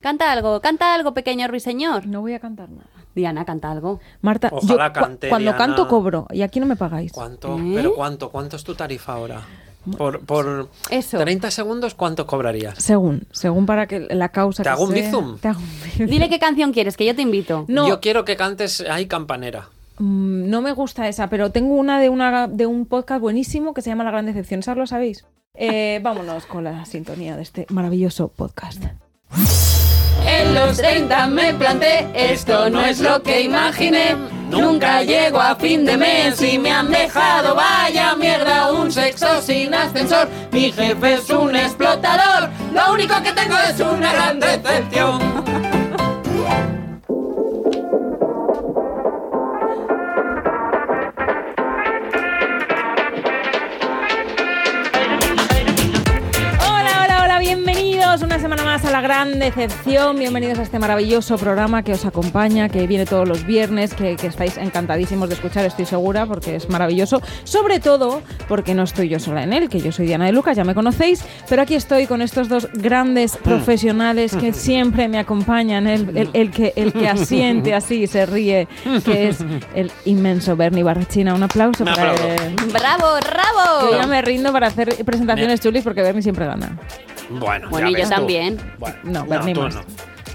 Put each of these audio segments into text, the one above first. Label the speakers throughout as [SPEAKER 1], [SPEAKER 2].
[SPEAKER 1] Canta algo, canta algo, pequeño ruiseñor.
[SPEAKER 2] No voy a cantar nada.
[SPEAKER 1] Diana, canta algo.
[SPEAKER 2] Marta,
[SPEAKER 3] Ojalá
[SPEAKER 2] yo, cu-
[SPEAKER 3] cante,
[SPEAKER 2] cuando
[SPEAKER 3] Diana.
[SPEAKER 2] canto cobro y aquí no me pagáis.
[SPEAKER 3] ¿Cuánto?
[SPEAKER 1] ¿Eh?
[SPEAKER 3] ¿Pero cuánto? ¿Cuánto es tu tarifa ahora? Por, por
[SPEAKER 1] Eso.
[SPEAKER 3] 30 segundos, ¿cuánto cobrarías?
[SPEAKER 2] Según, según para que la causa.
[SPEAKER 3] ¿Te
[SPEAKER 2] que
[SPEAKER 3] hago un
[SPEAKER 2] sea-
[SPEAKER 3] bizum?
[SPEAKER 2] Te hago un bizum.
[SPEAKER 1] Dile qué canción quieres, que yo te invito.
[SPEAKER 2] No,
[SPEAKER 3] Yo quiero que cantes Ay Campanera.
[SPEAKER 2] mm, no me gusta esa, pero tengo una de, una de un podcast buenísimo que se llama La Gran Decepción. ¿Sabes lo sabéis? Eh, vámonos con la sintonía de este maravilloso podcast.
[SPEAKER 1] En los 30 me planté, esto no es lo que imaginé. Nunca llego a fin de mes y me han dejado, vaya mierda, un sexo sin ascensor.
[SPEAKER 3] Mi jefe es un explotador, lo único que tengo es una gran decepción.
[SPEAKER 2] Hola, hola, hola, bienvenidos una semana más a La Gran Decepción, bienvenidos a este maravilloso programa que os acompaña, que viene todos los viernes, que, que estáis encantadísimos de escuchar, estoy segura, porque es maravilloso, sobre todo porque no estoy yo sola en él, que yo soy Diana de Lucas, ya me conocéis, pero aquí estoy con estos dos grandes
[SPEAKER 3] Mm.
[SPEAKER 2] profesionales que siempre me acompañan, el, el- el que, el que asiente así y se ríe, que es el inmenso Bernie Barrachina, un aplauso
[SPEAKER 3] Un
[SPEAKER 2] para
[SPEAKER 3] aplauso.
[SPEAKER 2] él.
[SPEAKER 1] ¡Bravo,
[SPEAKER 2] Yo
[SPEAKER 1] bravo!
[SPEAKER 2] ya me rindo para hacer presentaciones chulis porque Bernie siempre gana.
[SPEAKER 3] Bueno,
[SPEAKER 1] Bueno,
[SPEAKER 3] ya
[SPEAKER 1] y yo
[SPEAKER 3] ves tú.
[SPEAKER 1] también.
[SPEAKER 3] Bueno,
[SPEAKER 2] No,
[SPEAKER 3] no,
[SPEAKER 2] Bernie
[SPEAKER 3] tú
[SPEAKER 2] más.
[SPEAKER 3] no.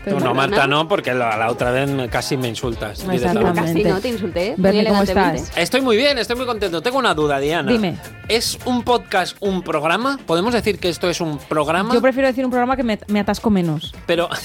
[SPEAKER 2] Pero
[SPEAKER 3] Tú no,
[SPEAKER 1] bueno,
[SPEAKER 3] Marta,
[SPEAKER 1] no.
[SPEAKER 3] no, porque la, la otra vez me- casi me insultas
[SPEAKER 2] Exactamente.
[SPEAKER 3] directamente.
[SPEAKER 1] Casi no te insulté. muy
[SPEAKER 2] Bernie, ¿cómo
[SPEAKER 1] elegantemente.
[SPEAKER 2] estás?
[SPEAKER 3] Estoy muy bien, estoy muy contento. Tengo una duda, Diana.
[SPEAKER 2] Dime.
[SPEAKER 3] ¿Es un podcast un programa? ¿Podemos decir que esto es un programa?
[SPEAKER 2] Yo prefiero decir un programa que me, me atasco menos.
[SPEAKER 3] Pero,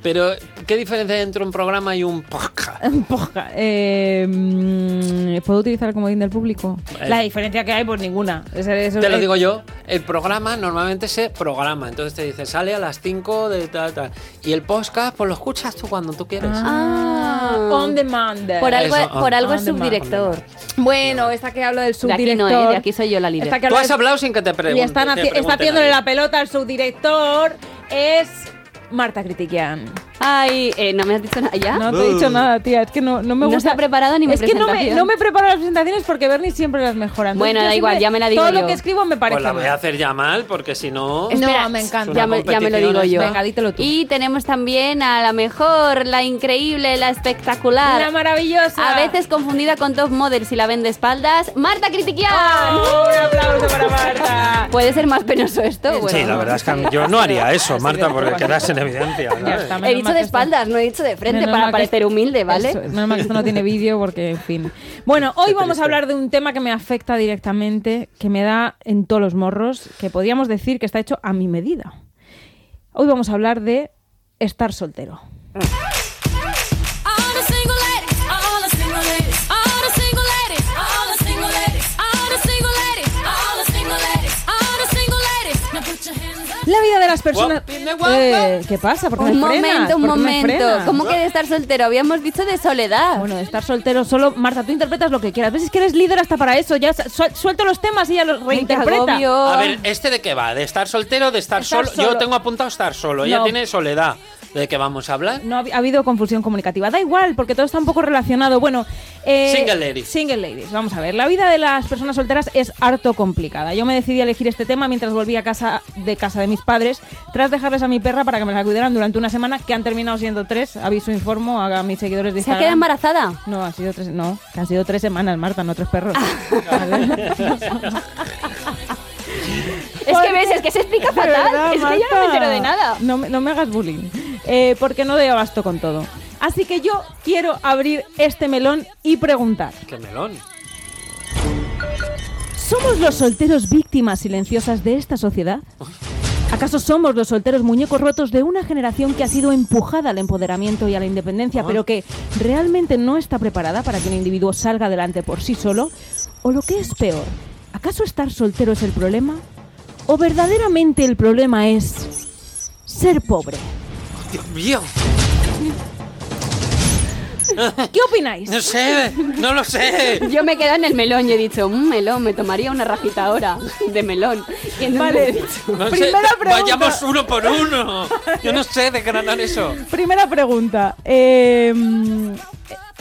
[SPEAKER 3] pero, ¿qué diferencia hay entre un programa y un podcast?
[SPEAKER 2] Poja, eh, mm, ¿Puedo utilizar el comodín del público?
[SPEAKER 3] Eh.
[SPEAKER 2] La diferencia que hay, pues ninguna. Es- es-
[SPEAKER 3] Te lo
[SPEAKER 2] es-
[SPEAKER 3] digo yo, el programa normalmente se programa, entonces te dice, sale a las 5 de tal, tal. Y el podcast, pues lo escuchas tú cuando tú quieres.
[SPEAKER 2] Ah,
[SPEAKER 1] Ah.
[SPEAKER 2] on demand.
[SPEAKER 1] Por algo,
[SPEAKER 3] Eso,
[SPEAKER 1] por
[SPEAKER 3] ah,
[SPEAKER 1] algo es
[SPEAKER 2] ah, de más,
[SPEAKER 1] subdirector.
[SPEAKER 2] Bueno, esta que habla del
[SPEAKER 1] De aquí no,
[SPEAKER 2] subdirector.
[SPEAKER 1] ¿eh? de aquí soy yo la líder.
[SPEAKER 2] Esta que
[SPEAKER 3] Tú
[SPEAKER 2] habla
[SPEAKER 3] has
[SPEAKER 2] del-
[SPEAKER 3] hablado sin que te pregun-
[SPEAKER 2] Le están
[SPEAKER 3] te
[SPEAKER 2] haci- está
[SPEAKER 3] pregunte
[SPEAKER 2] haciéndole
[SPEAKER 3] nadie.
[SPEAKER 2] la pelota al subdirector. Es Marta Critiquian.
[SPEAKER 1] Ay, eh, no me has dicho nada ya.
[SPEAKER 2] No te he
[SPEAKER 3] Uh.
[SPEAKER 2] dicho nada, tía. Es que no, no me
[SPEAKER 1] No
[SPEAKER 2] gusta.
[SPEAKER 1] se ha preparado ni mi
[SPEAKER 2] Es que no me,
[SPEAKER 1] presentación.
[SPEAKER 2] no me preparo las presentaciones porque Bernie siempre las mejora. Entonces,
[SPEAKER 1] Bueno,
[SPEAKER 2] yo
[SPEAKER 1] da igual,
[SPEAKER 2] siempre-
[SPEAKER 1] ya me la digo
[SPEAKER 2] Todo
[SPEAKER 1] yo.
[SPEAKER 2] lo que escribo me parece
[SPEAKER 3] Pues la voy
[SPEAKER 2] mal.
[SPEAKER 3] a hacer ya mal, porque si no...
[SPEAKER 2] Es-
[SPEAKER 1] Espera,
[SPEAKER 2] No, me encanta.
[SPEAKER 1] Ya me, ya me lo digo yo.
[SPEAKER 2] Venga, dítelo tú.
[SPEAKER 1] Y tenemos también a la mejor, la increíble, la espectacular.
[SPEAKER 2] La maravillosa.
[SPEAKER 1] a veces confundida con top model si la ven de espaldas. Marta Critiquian.
[SPEAKER 2] ¡Oh! un aplauso para Marta.
[SPEAKER 1] Puede ser más penoso esto. Bueno.
[SPEAKER 3] Sí, la verdad es que yo no haría eso, Marta, porque quedas en evidencia.
[SPEAKER 2] Pues, Ya
[SPEAKER 3] ¿sabes?
[SPEAKER 2] está, menos mal
[SPEAKER 1] He dicho
[SPEAKER 2] que
[SPEAKER 1] de
[SPEAKER 2] esto-
[SPEAKER 1] espaldas, no he dicho de frente
[SPEAKER 2] menos mal
[SPEAKER 1] para
[SPEAKER 2] que
[SPEAKER 1] parecer
[SPEAKER 2] esto-
[SPEAKER 1] humilde, ¿vale?
[SPEAKER 2] Eso, menos mal que esto no tiene vídeo porque, en fin. Bueno, hoy vamos a hablar de un tema que me afecta directamente, que me da en todos los morros, que podríamos decir que está hecho a mi medida. Hoy vamos a hablar de estar soltero.
[SPEAKER 4] All the single ladies, all the single ladies, all the single ladies, all the single ladies, all the single ladies, all the single ladies, all the single ladies. Now put your hands up.
[SPEAKER 2] La vida de las personas.
[SPEAKER 3] Guapine, guapa.
[SPEAKER 2] Eh, ¿Qué pasa? ¿Por qué
[SPEAKER 1] Un
[SPEAKER 2] me frenas?
[SPEAKER 1] momento, un
[SPEAKER 2] ¿Por qué me
[SPEAKER 1] momento.
[SPEAKER 2] frenas?
[SPEAKER 1] ¿Cómo que de estar soltero? Habíamos dicho de soledad.
[SPEAKER 2] Bueno, de estar soltero solo. Marta, tú interpretas lo que quieras. ¿Ves? Es que eres líder hasta para eso. Ya su- suelto los temas y ya los
[SPEAKER 1] Ay, qué
[SPEAKER 2] reinterpreta.
[SPEAKER 1] agobio.
[SPEAKER 3] A ver, ¿este de qué va? ¿De estar soltero? ¿De estar,
[SPEAKER 2] Estar
[SPEAKER 3] solo? Yo
[SPEAKER 2] solo.
[SPEAKER 3] tengo apuntado estar solo. Ella
[SPEAKER 2] No.
[SPEAKER 3] tiene soledad. ¿De qué vamos a hablar?
[SPEAKER 2] No ha, ha habido confusión comunicativa. Da igual, porque todo está un poco relacionado. Bueno, eh,
[SPEAKER 3] Single ladies.
[SPEAKER 2] Single ladies. Vamos a ver. La vida de las personas solteras es harto complicada. Yo me decidí a elegir este tema mientras volví a casa de casa de mis padres, tras dejarles a mi perra para que me la cuidaran durante una semana, que han terminado siendo tres. Aviso, informo a, a mis seguidores de
[SPEAKER 1] ¿Se ha
[SPEAKER 2] Instagram.
[SPEAKER 1] quedado embarazada?
[SPEAKER 2] No, han sido tres, no, que han sido tres semanas, Marta, no tres perros.
[SPEAKER 1] Ah. Es que ves, es que se explica fatal.
[SPEAKER 2] verdad,
[SPEAKER 1] es que yo no me
[SPEAKER 2] Marta.
[SPEAKER 1] entero de nada.
[SPEAKER 2] No, me- no me hagas bullying, eh, porque no doy abasto con todo. Así que yo quiero abrir este melón y preguntar.
[SPEAKER 3] ¡Qué melón!
[SPEAKER 2] ¿Somos los solteros víctimas silenciosas de esta sociedad? ¿Acaso somos los solteros muñecos rotos de una generación que ha sido empujada al empoderamiento y a la
[SPEAKER 3] Ah.
[SPEAKER 2] independencia, pero que realmente no está preparada para que un individuo salga adelante por sí solo? ¿O lo que es peor, acaso estar soltero es el problema? ¿O verdaderamente el problema es ser pobre?
[SPEAKER 3] ¡Dios mío!
[SPEAKER 2] ¿Qué opináis?
[SPEAKER 3] No sé, no lo sé.
[SPEAKER 1] Yo me quedo en el melón y he dicho, un melón, me tomaría una rajita ahora de melón. Y entonces
[SPEAKER 2] Vale.
[SPEAKER 1] he dicho,
[SPEAKER 3] No sé.
[SPEAKER 2] Primera pregunta.
[SPEAKER 3] Vayamos uno por uno. Yo no sé de granar eso.
[SPEAKER 2] Primera pregunta. eh,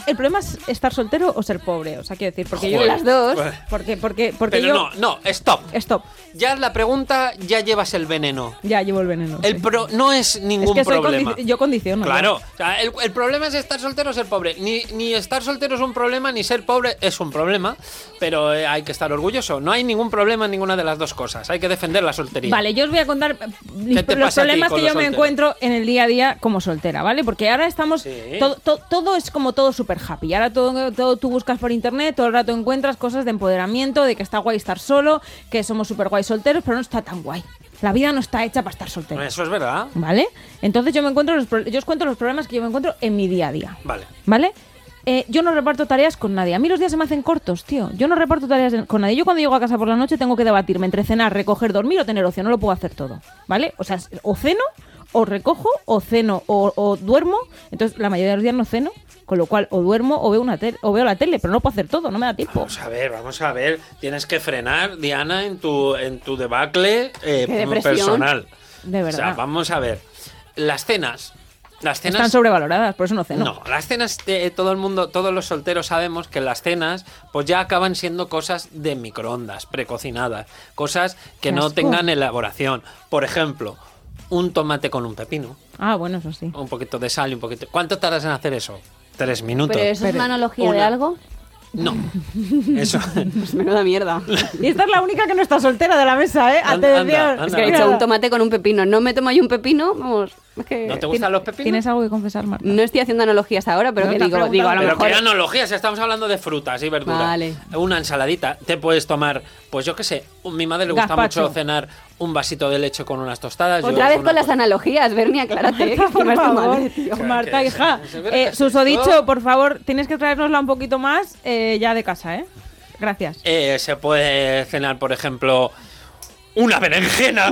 [SPEAKER 2] el problema es estar soltero o ser pobre. O sea, quiero decir, porque yo
[SPEAKER 3] Joder.
[SPEAKER 2] las dos.
[SPEAKER 3] Joder.
[SPEAKER 2] Porque, porque, porque
[SPEAKER 3] Pero
[SPEAKER 2] yo.
[SPEAKER 3] no, no, stop.
[SPEAKER 2] Stop.
[SPEAKER 3] Ya la pregunta, ya llevas el veneno.
[SPEAKER 2] Ya llevo el veneno.
[SPEAKER 3] El
[SPEAKER 2] sí.
[SPEAKER 3] pro, no es
[SPEAKER 2] es
[SPEAKER 3] ningún
[SPEAKER 2] que soy
[SPEAKER 3] problema.
[SPEAKER 2] condi- yo condiciono.
[SPEAKER 3] Claro, o sea, el, el problema es estar soltero o ser pobre. Ni, ni estar soltero es un problema, ni ser pobre es un problema, pero eh, hay que estar orgulloso. No hay ningún problema en ninguna de las dos cosas. Hay que defender la soltería.
[SPEAKER 2] Vale, yo os voy a contar eh, mis-
[SPEAKER 3] te
[SPEAKER 2] los
[SPEAKER 3] pasa a ti
[SPEAKER 2] problemas
[SPEAKER 3] con
[SPEAKER 2] que yo
[SPEAKER 3] los
[SPEAKER 2] me
[SPEAKER 3] solteros?
[SPEAKER 2] encuentro en el día a día como soltera, ¿vale? Porque ahora estamos.
[SPEAKER 3] Sí.
[SPEAKER 2] Todo, to- todo es como todo super happy. Ahora todo, todo tú buscas por internet, todo el rato encuentras cosas de empoderamiento, de que está guay estar solo, que somos super guay solteros, pero no está tan guay. La vida no está hecha para estar soltero.
[SPEAKER 3] Eso es verdad.
[SPEAKER 2] ¿Vale? Entonces yo me encuentro los pro- yo os cuento los problemas que yo me encuentro en mi día a día.
[SPEAKER 3] Vale.
[SPEAKER 2] ¿Vale? Eh, yo no reparto tareas con nadie. A mí los días se me hacen cortos, tío. Yo no reparto tareas en- con nadie. Yo cuando llego a casa por la noche tengo que debatirme entre cenar, recoger, dormir o tener ocio. No lo puedo hacer todo. ¿Vale? O sea, es- o ceno, o recojo, o ceno, o, o duermo. Entonces, la mayoría de los días no ceno. Con lo cual, o duermo o veo, una tel- o veo la tele, pero no puedo hacer todo, no me da tiempo.
[SPEAKER 3] Vamos Pues a ver, vamos a ver. Tienes que frenar, Diana, en tu, en tu debacle eh,
[SPEAKER 1] Qué depresión.
[SPEAKER 3] personal.
[SPEAKER 2] De
[SPEAKER 3] O sea,
[SPEAKER 2] verdad.
[SPEAKER 3] vamos a ver. Las cenas. Las cenas
[SPEAKER 2] Están sobrevaloradas, por eso no ceno.
[SPEAKER 3] No, las cenas, eh, todo el mundo, todos los solteros sabemos que las cenas, pues ya acaban siendo cosas de microondas, precocinadas, cosas que
[SPEAKER 2] Qué
[SPEAKER 3] no
[SPEAKER 2] asco.
[SPEAKER 3] tengan elaboración. Por ejemplo, un tomate con un pepino,
[SPEAKER 2] Ah, bueno, eso sí.
[SPEAKER 3] un poquito de sal y un poquito. ¿Cuánto tardas en hacer eso? Tres minutos.
[SPEAKER 1] ¿Pero eso es
[SPEAKER 2] Pero-
[SPEAKER 1] una analogía de
[SPEAKER 3] Una.
[SPEAKER 1] algo?
[SPEAKER 3] No, eso.
[SPEAKER 1] Pues menuda mierda.
[SPEAKER 2] Y esta es la única que no está soltera de la mesa, ¿eh?
[SPEAKER 3] Anda,
[SPEAKER 2] Atención.
[SPEAKER 3] anda, anda.
[SPEAKER 1] Es que he
[SPEAKER 3] Mira.
[SPEAKER 1] hecho un tomate con un pepino. No me tomo yo un pepino, vamos. Es que
[SPEAKER 3] ¿No te gustan los pepinos?
[SPEAKER 2] ¿Tienes algo que confesar, Marta?
[SPEAKER 1] no estoy haciendo analogías ahora, pero
[SPEAKER 2] No,
[SPEAKER 1] que
[SPEAKER 2] te has
[SPEAKER 1] digo,
[SPEAKER 2] preguntado.
[SPEAKER 1] digo, a lo
[SPEAKER 3] Pero
[SPEAKER 1] mejor.
[SPEAKER 3] que analogías, estamos hablando de frutas y verduras.
[SPEAKER 1] Vale.
[SPEAKER 3] Una ensaladita. Te puedes tomar, pues yo qué sé, un- mi madre le gusta
[SPEAKER 2] Gazpacho.
[SPEAKER 3] mucho cenar un vasito de leche con unas tostadas. yo
[SPEAKER 1] Otra vez
[SPEAKER 3] una
[SPEAKER 1] con las
[SPEAKER 3] cosa-
[SPEAKER 1] analogías, Bernie, aclárate. que
[SPEAKER 2] Marta, por
[SPEAKER 1] encima es tu
[SPEAKER 2] favor.
[SPEAKER 1] madre, tío.
[SPEAKER 2] Marta,
[SPEAKER 3] Que-
[SPEAKER 2] hija.
[SPEAKER 3] que- que-
[SPEAKER 2] Eh,
[SPEAKER 3] que-
[SPEAKER 2] susodicho,
[SPEAKER 3] que-
[SPEAKER 2] por favor, tienes que traérnosla un poquito más eh, ya de casa, ¿eh? Gracias.
[SPEAKER 3] Eh, se puede cenar, por ejemplo, una berenjena.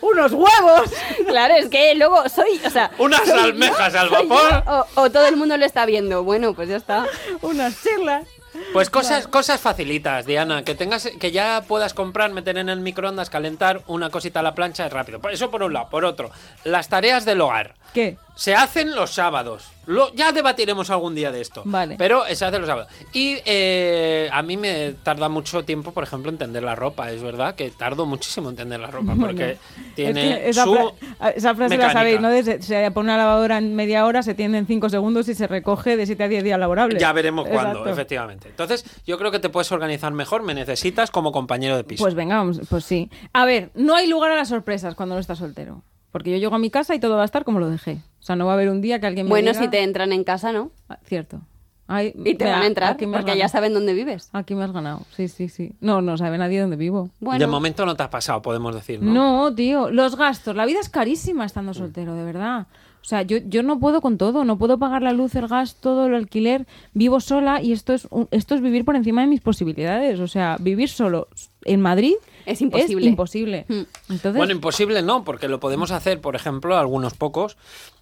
[SPEAKER 2] ¡Unos huevos!
[SPEAKER 1] Claro, es que luego soy, o sea,
[SPEAKER 3] Unas
[SPEAKER 1] soy yo,
[SPEAKER 3] almejas al
[SPEAKER 1] soy yo,
[SPEAKER 3] vapor.
[SPEAKER 1] O, o todo el mundo lo está viendo. Bueno, pues ya está.
[SPEAKER 2] ¡Unas chirlas!
[SPEAKER 3] Pues cosas, cosas facilitas, Diana. Que tengas, que ya puedas comprar, meter en el microondas, calentar una cosita a la plancha es rápido. Por Eso por un lado. Por otro, las tareas del hogar.
[SPEAKER 2] ¿Qué?
[SPEAKER 3] Se hacen los sábados. Lo- ya debatiremos algún día de esto.
[SPEAKER 2] Vale.
[SPEAKER 3] Pero se hace los sábados. Y eh, a mí me tarda mucho tiempo, por ejemplo, en tender la ropa. Es verdad que tardo muchísimo en tender la ropa porque tiene
[SPEAKER 2] Es que esa,
[SPEAKER 3] su
[SPEAKER 2] fra- ah, esa frase la
[SPEAKER 3] mecánica.
[SPEAKER 2] sabéis, ¿no? De se, se pone una lavadora en media hora, se tiende en 5 segundos y se recoge de 7 a 10 días laborables.
[SPEAKER 3] Ya veremos cuándo,
[SPEAKER 2] Exacto.
[SPEAKER 3] efectivamente. Entonces, yo creo que te puedes organizar mejor, me necesitas como compañero de piso.
[SPEAKER 2] Pues venga, vamos, pues sí. A ver, no hay lugar a las sorpresas cuando no estás soltero. Porque yo llego a mi casa y todo va a estar como lo dejé. O sea, no va a haber un día que alguien me
[SPEAKER 1] Bueno,
[SPEAKER 2] diga-
[SPEAKER 1] si te entran en casa, ¿no?
[SPEAKER 2] Ah, Cierto. Ay,
[SPEAKER 1] Y te
[SPEAKER 2] mira,
[SPEAKER 1] van a entrar,
[SPEAKER 2] aquí me has
[SPEAKER 1] porque ya
[SPEAKER 2] ganado.
[SPEAKER 1] saben dónde vives.
[SPEAKER 2] Aquí me has ganado. Sí, sí, sí. No, no sabe nadie dónde vivo.
[SPEAKER 1] Bueno,
[SPEAKER 3] De momento no te has pasado, podemos decir, ¿no?
[SPEAKER 2] No, tío. Los gastos. La vida es carísima estando soltero, de verdad. O sea, yo, yo no puedo con todo. No puedo pagar la luz, el gas, todo el alquiler. Vivo sola y esto es, un- esto es vivir por encima de mis posibilidades. O sea, vivir solo en Madrid
[SPEAKER 1] Es imposible. Hmm.
[SPEAKER 2] imposible. Entonces,
[SPEAKER 3] Bueno, imposible no, porque lo podemos hacer, por ejemplo, algunos pocos.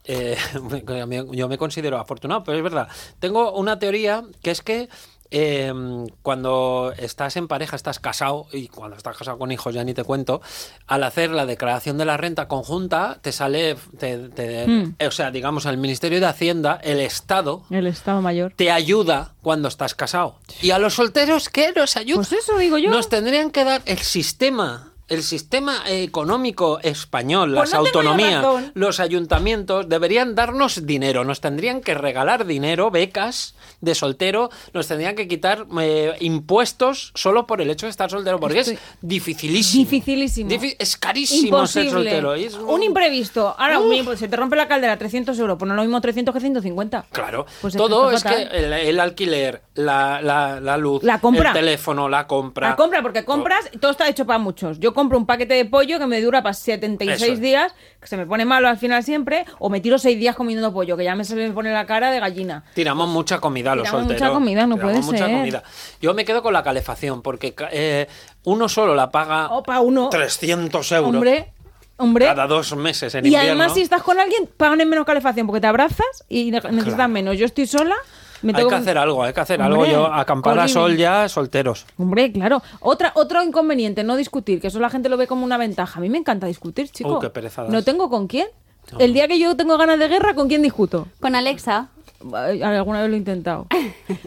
[SPEAKER 3] Eh, yo me considero afortunado, pero es verdad. Tengo una teoría que es que eh, cuando estás en pareja, estás casado, y cuando estás casado con hijos, ya ni te cuento, al hacer la declaración de la renta conjunta, te sale, te- te-
[SPEAKER 2] Mm.
[SPEAKER 3] eh, o sea, digamos, el Ministerio de Hacienda, el Estado,
[SPEAKER 2] el Estado Mayor.
[SPEAKER 3] te ayuda cuando estás casado. Y a los solteros, ¿qué nos ayuda?
[SPEAKER 2] Pues eso digo yo.
[SPEAKER 3] Nos tendrían que dar el sistema. El sistema económico español,
[SPEAKER 2] Pues
[SPEAKER 3] las
[SPEAKER 2] no tengo yo
[SPEAKER 3] autonomías,
[SPEAKER 2] razón.
[SPEAKER 3] los ayuntamientos deberían darnos dinero, nos tendrían que regalar dinero, becas de soltero, nos tendrían que quitar eh, impuestos solo por el hecho de estar soltero, porque
[SPEAKER 2] Estoy-
[SPEAKER 3] es dificilísimo.
[SPEAKER 2] Dificilísimo.
[SPEAKER 3] Difi- es carísimo ser
[SPEAKER 2] Imposible.
[SPEAKER 3] soltero. y es
[SPEAKER 2] Un imprevisto. Ahora, un imp- se te rompe la caldera, 300 euros. Pues no lo mismo 300 que 150.
[SPEAKER 3] Claro,
[SPEAKER 2] Pues esto
[SPEAKER 3] todo es
[SPEAKER 2] está
[SPEAKER 3] que eh,
[SPEAKER 2] fatal.
[SPEAKER 3] el, el alquiler, la, la- la luz,
[SPEAKER 2] La compra.
[SPEAKER 3] el teléfono, la compra.
[SPEAKER 2] La Ah, compra, porque compras, todo está hecho para muchos. Yo compro un paquete de pollo que me dura para 76
[SPEAKER 3] Eso es.
[SPEAKER 2] días, que se me pone malo al final siempre, o me tiro 6 días comiendo pollo, que ya me se me pone la cara de gallina.
[SPEAKER 3] Oh, Tiramos mucha comida a los
[SPEAKER 2] Tiramos mucha
[SPEAKER 3] solteros.
[SPEAKER 2] comida, no
[SPEAKER 3] Tiramos
[SPEAKER 2] puede
[SPEAKER 3] mucha
[SPEAKER 2] ser.
[SPEAKER 3] comida. Yo me quedo con la calefacción, porque ca- eh, uno solo la paga
[SPEAKER 2] O para uno.
[SPEAKER 3] 300 euros
[SPEAKER 2] Oh, Hombre, hombre.
[SPEAKER 3] cada dos meses en
[SPEAKER 2] y
[SPEAKER 3] invierno.
[SPEAKER 2] además, si estás con alguien, pagan en menos calefacción, porque te abrazas y ne- necesitas
[SPEAKER 3] Claro.
[SPEAKER 2] menos. Yo estoy sola, me
[SPEAKER 3] hay
[SPEAKER 2] tengo
[SPEAKER 3] que hacer algo, hay que hacer
[SPEAKER 2] Hombre,
[SPEAKER 3] algo. Yo acampar a
[SPEAKER 2] horrible.
[SPEAKER 3] sol ya, solteros.
[SPEAKER 2] Hombre, claro. Otra, otro inconveniente, no discutir, que eso la gente lo ve como una ventaja. A mí me encanta discutir, chico.
[SPEAKER 3] Uy, qué pereza das.
[SPEAKER 2] No tengo con quién. El día que yo tengo ganas de guerra, ¿con quién discuto?
[SPEAKER 5] Con Alexa.
[SPEAKER 2] Ay, Eh, Alguna vez lo he intentado.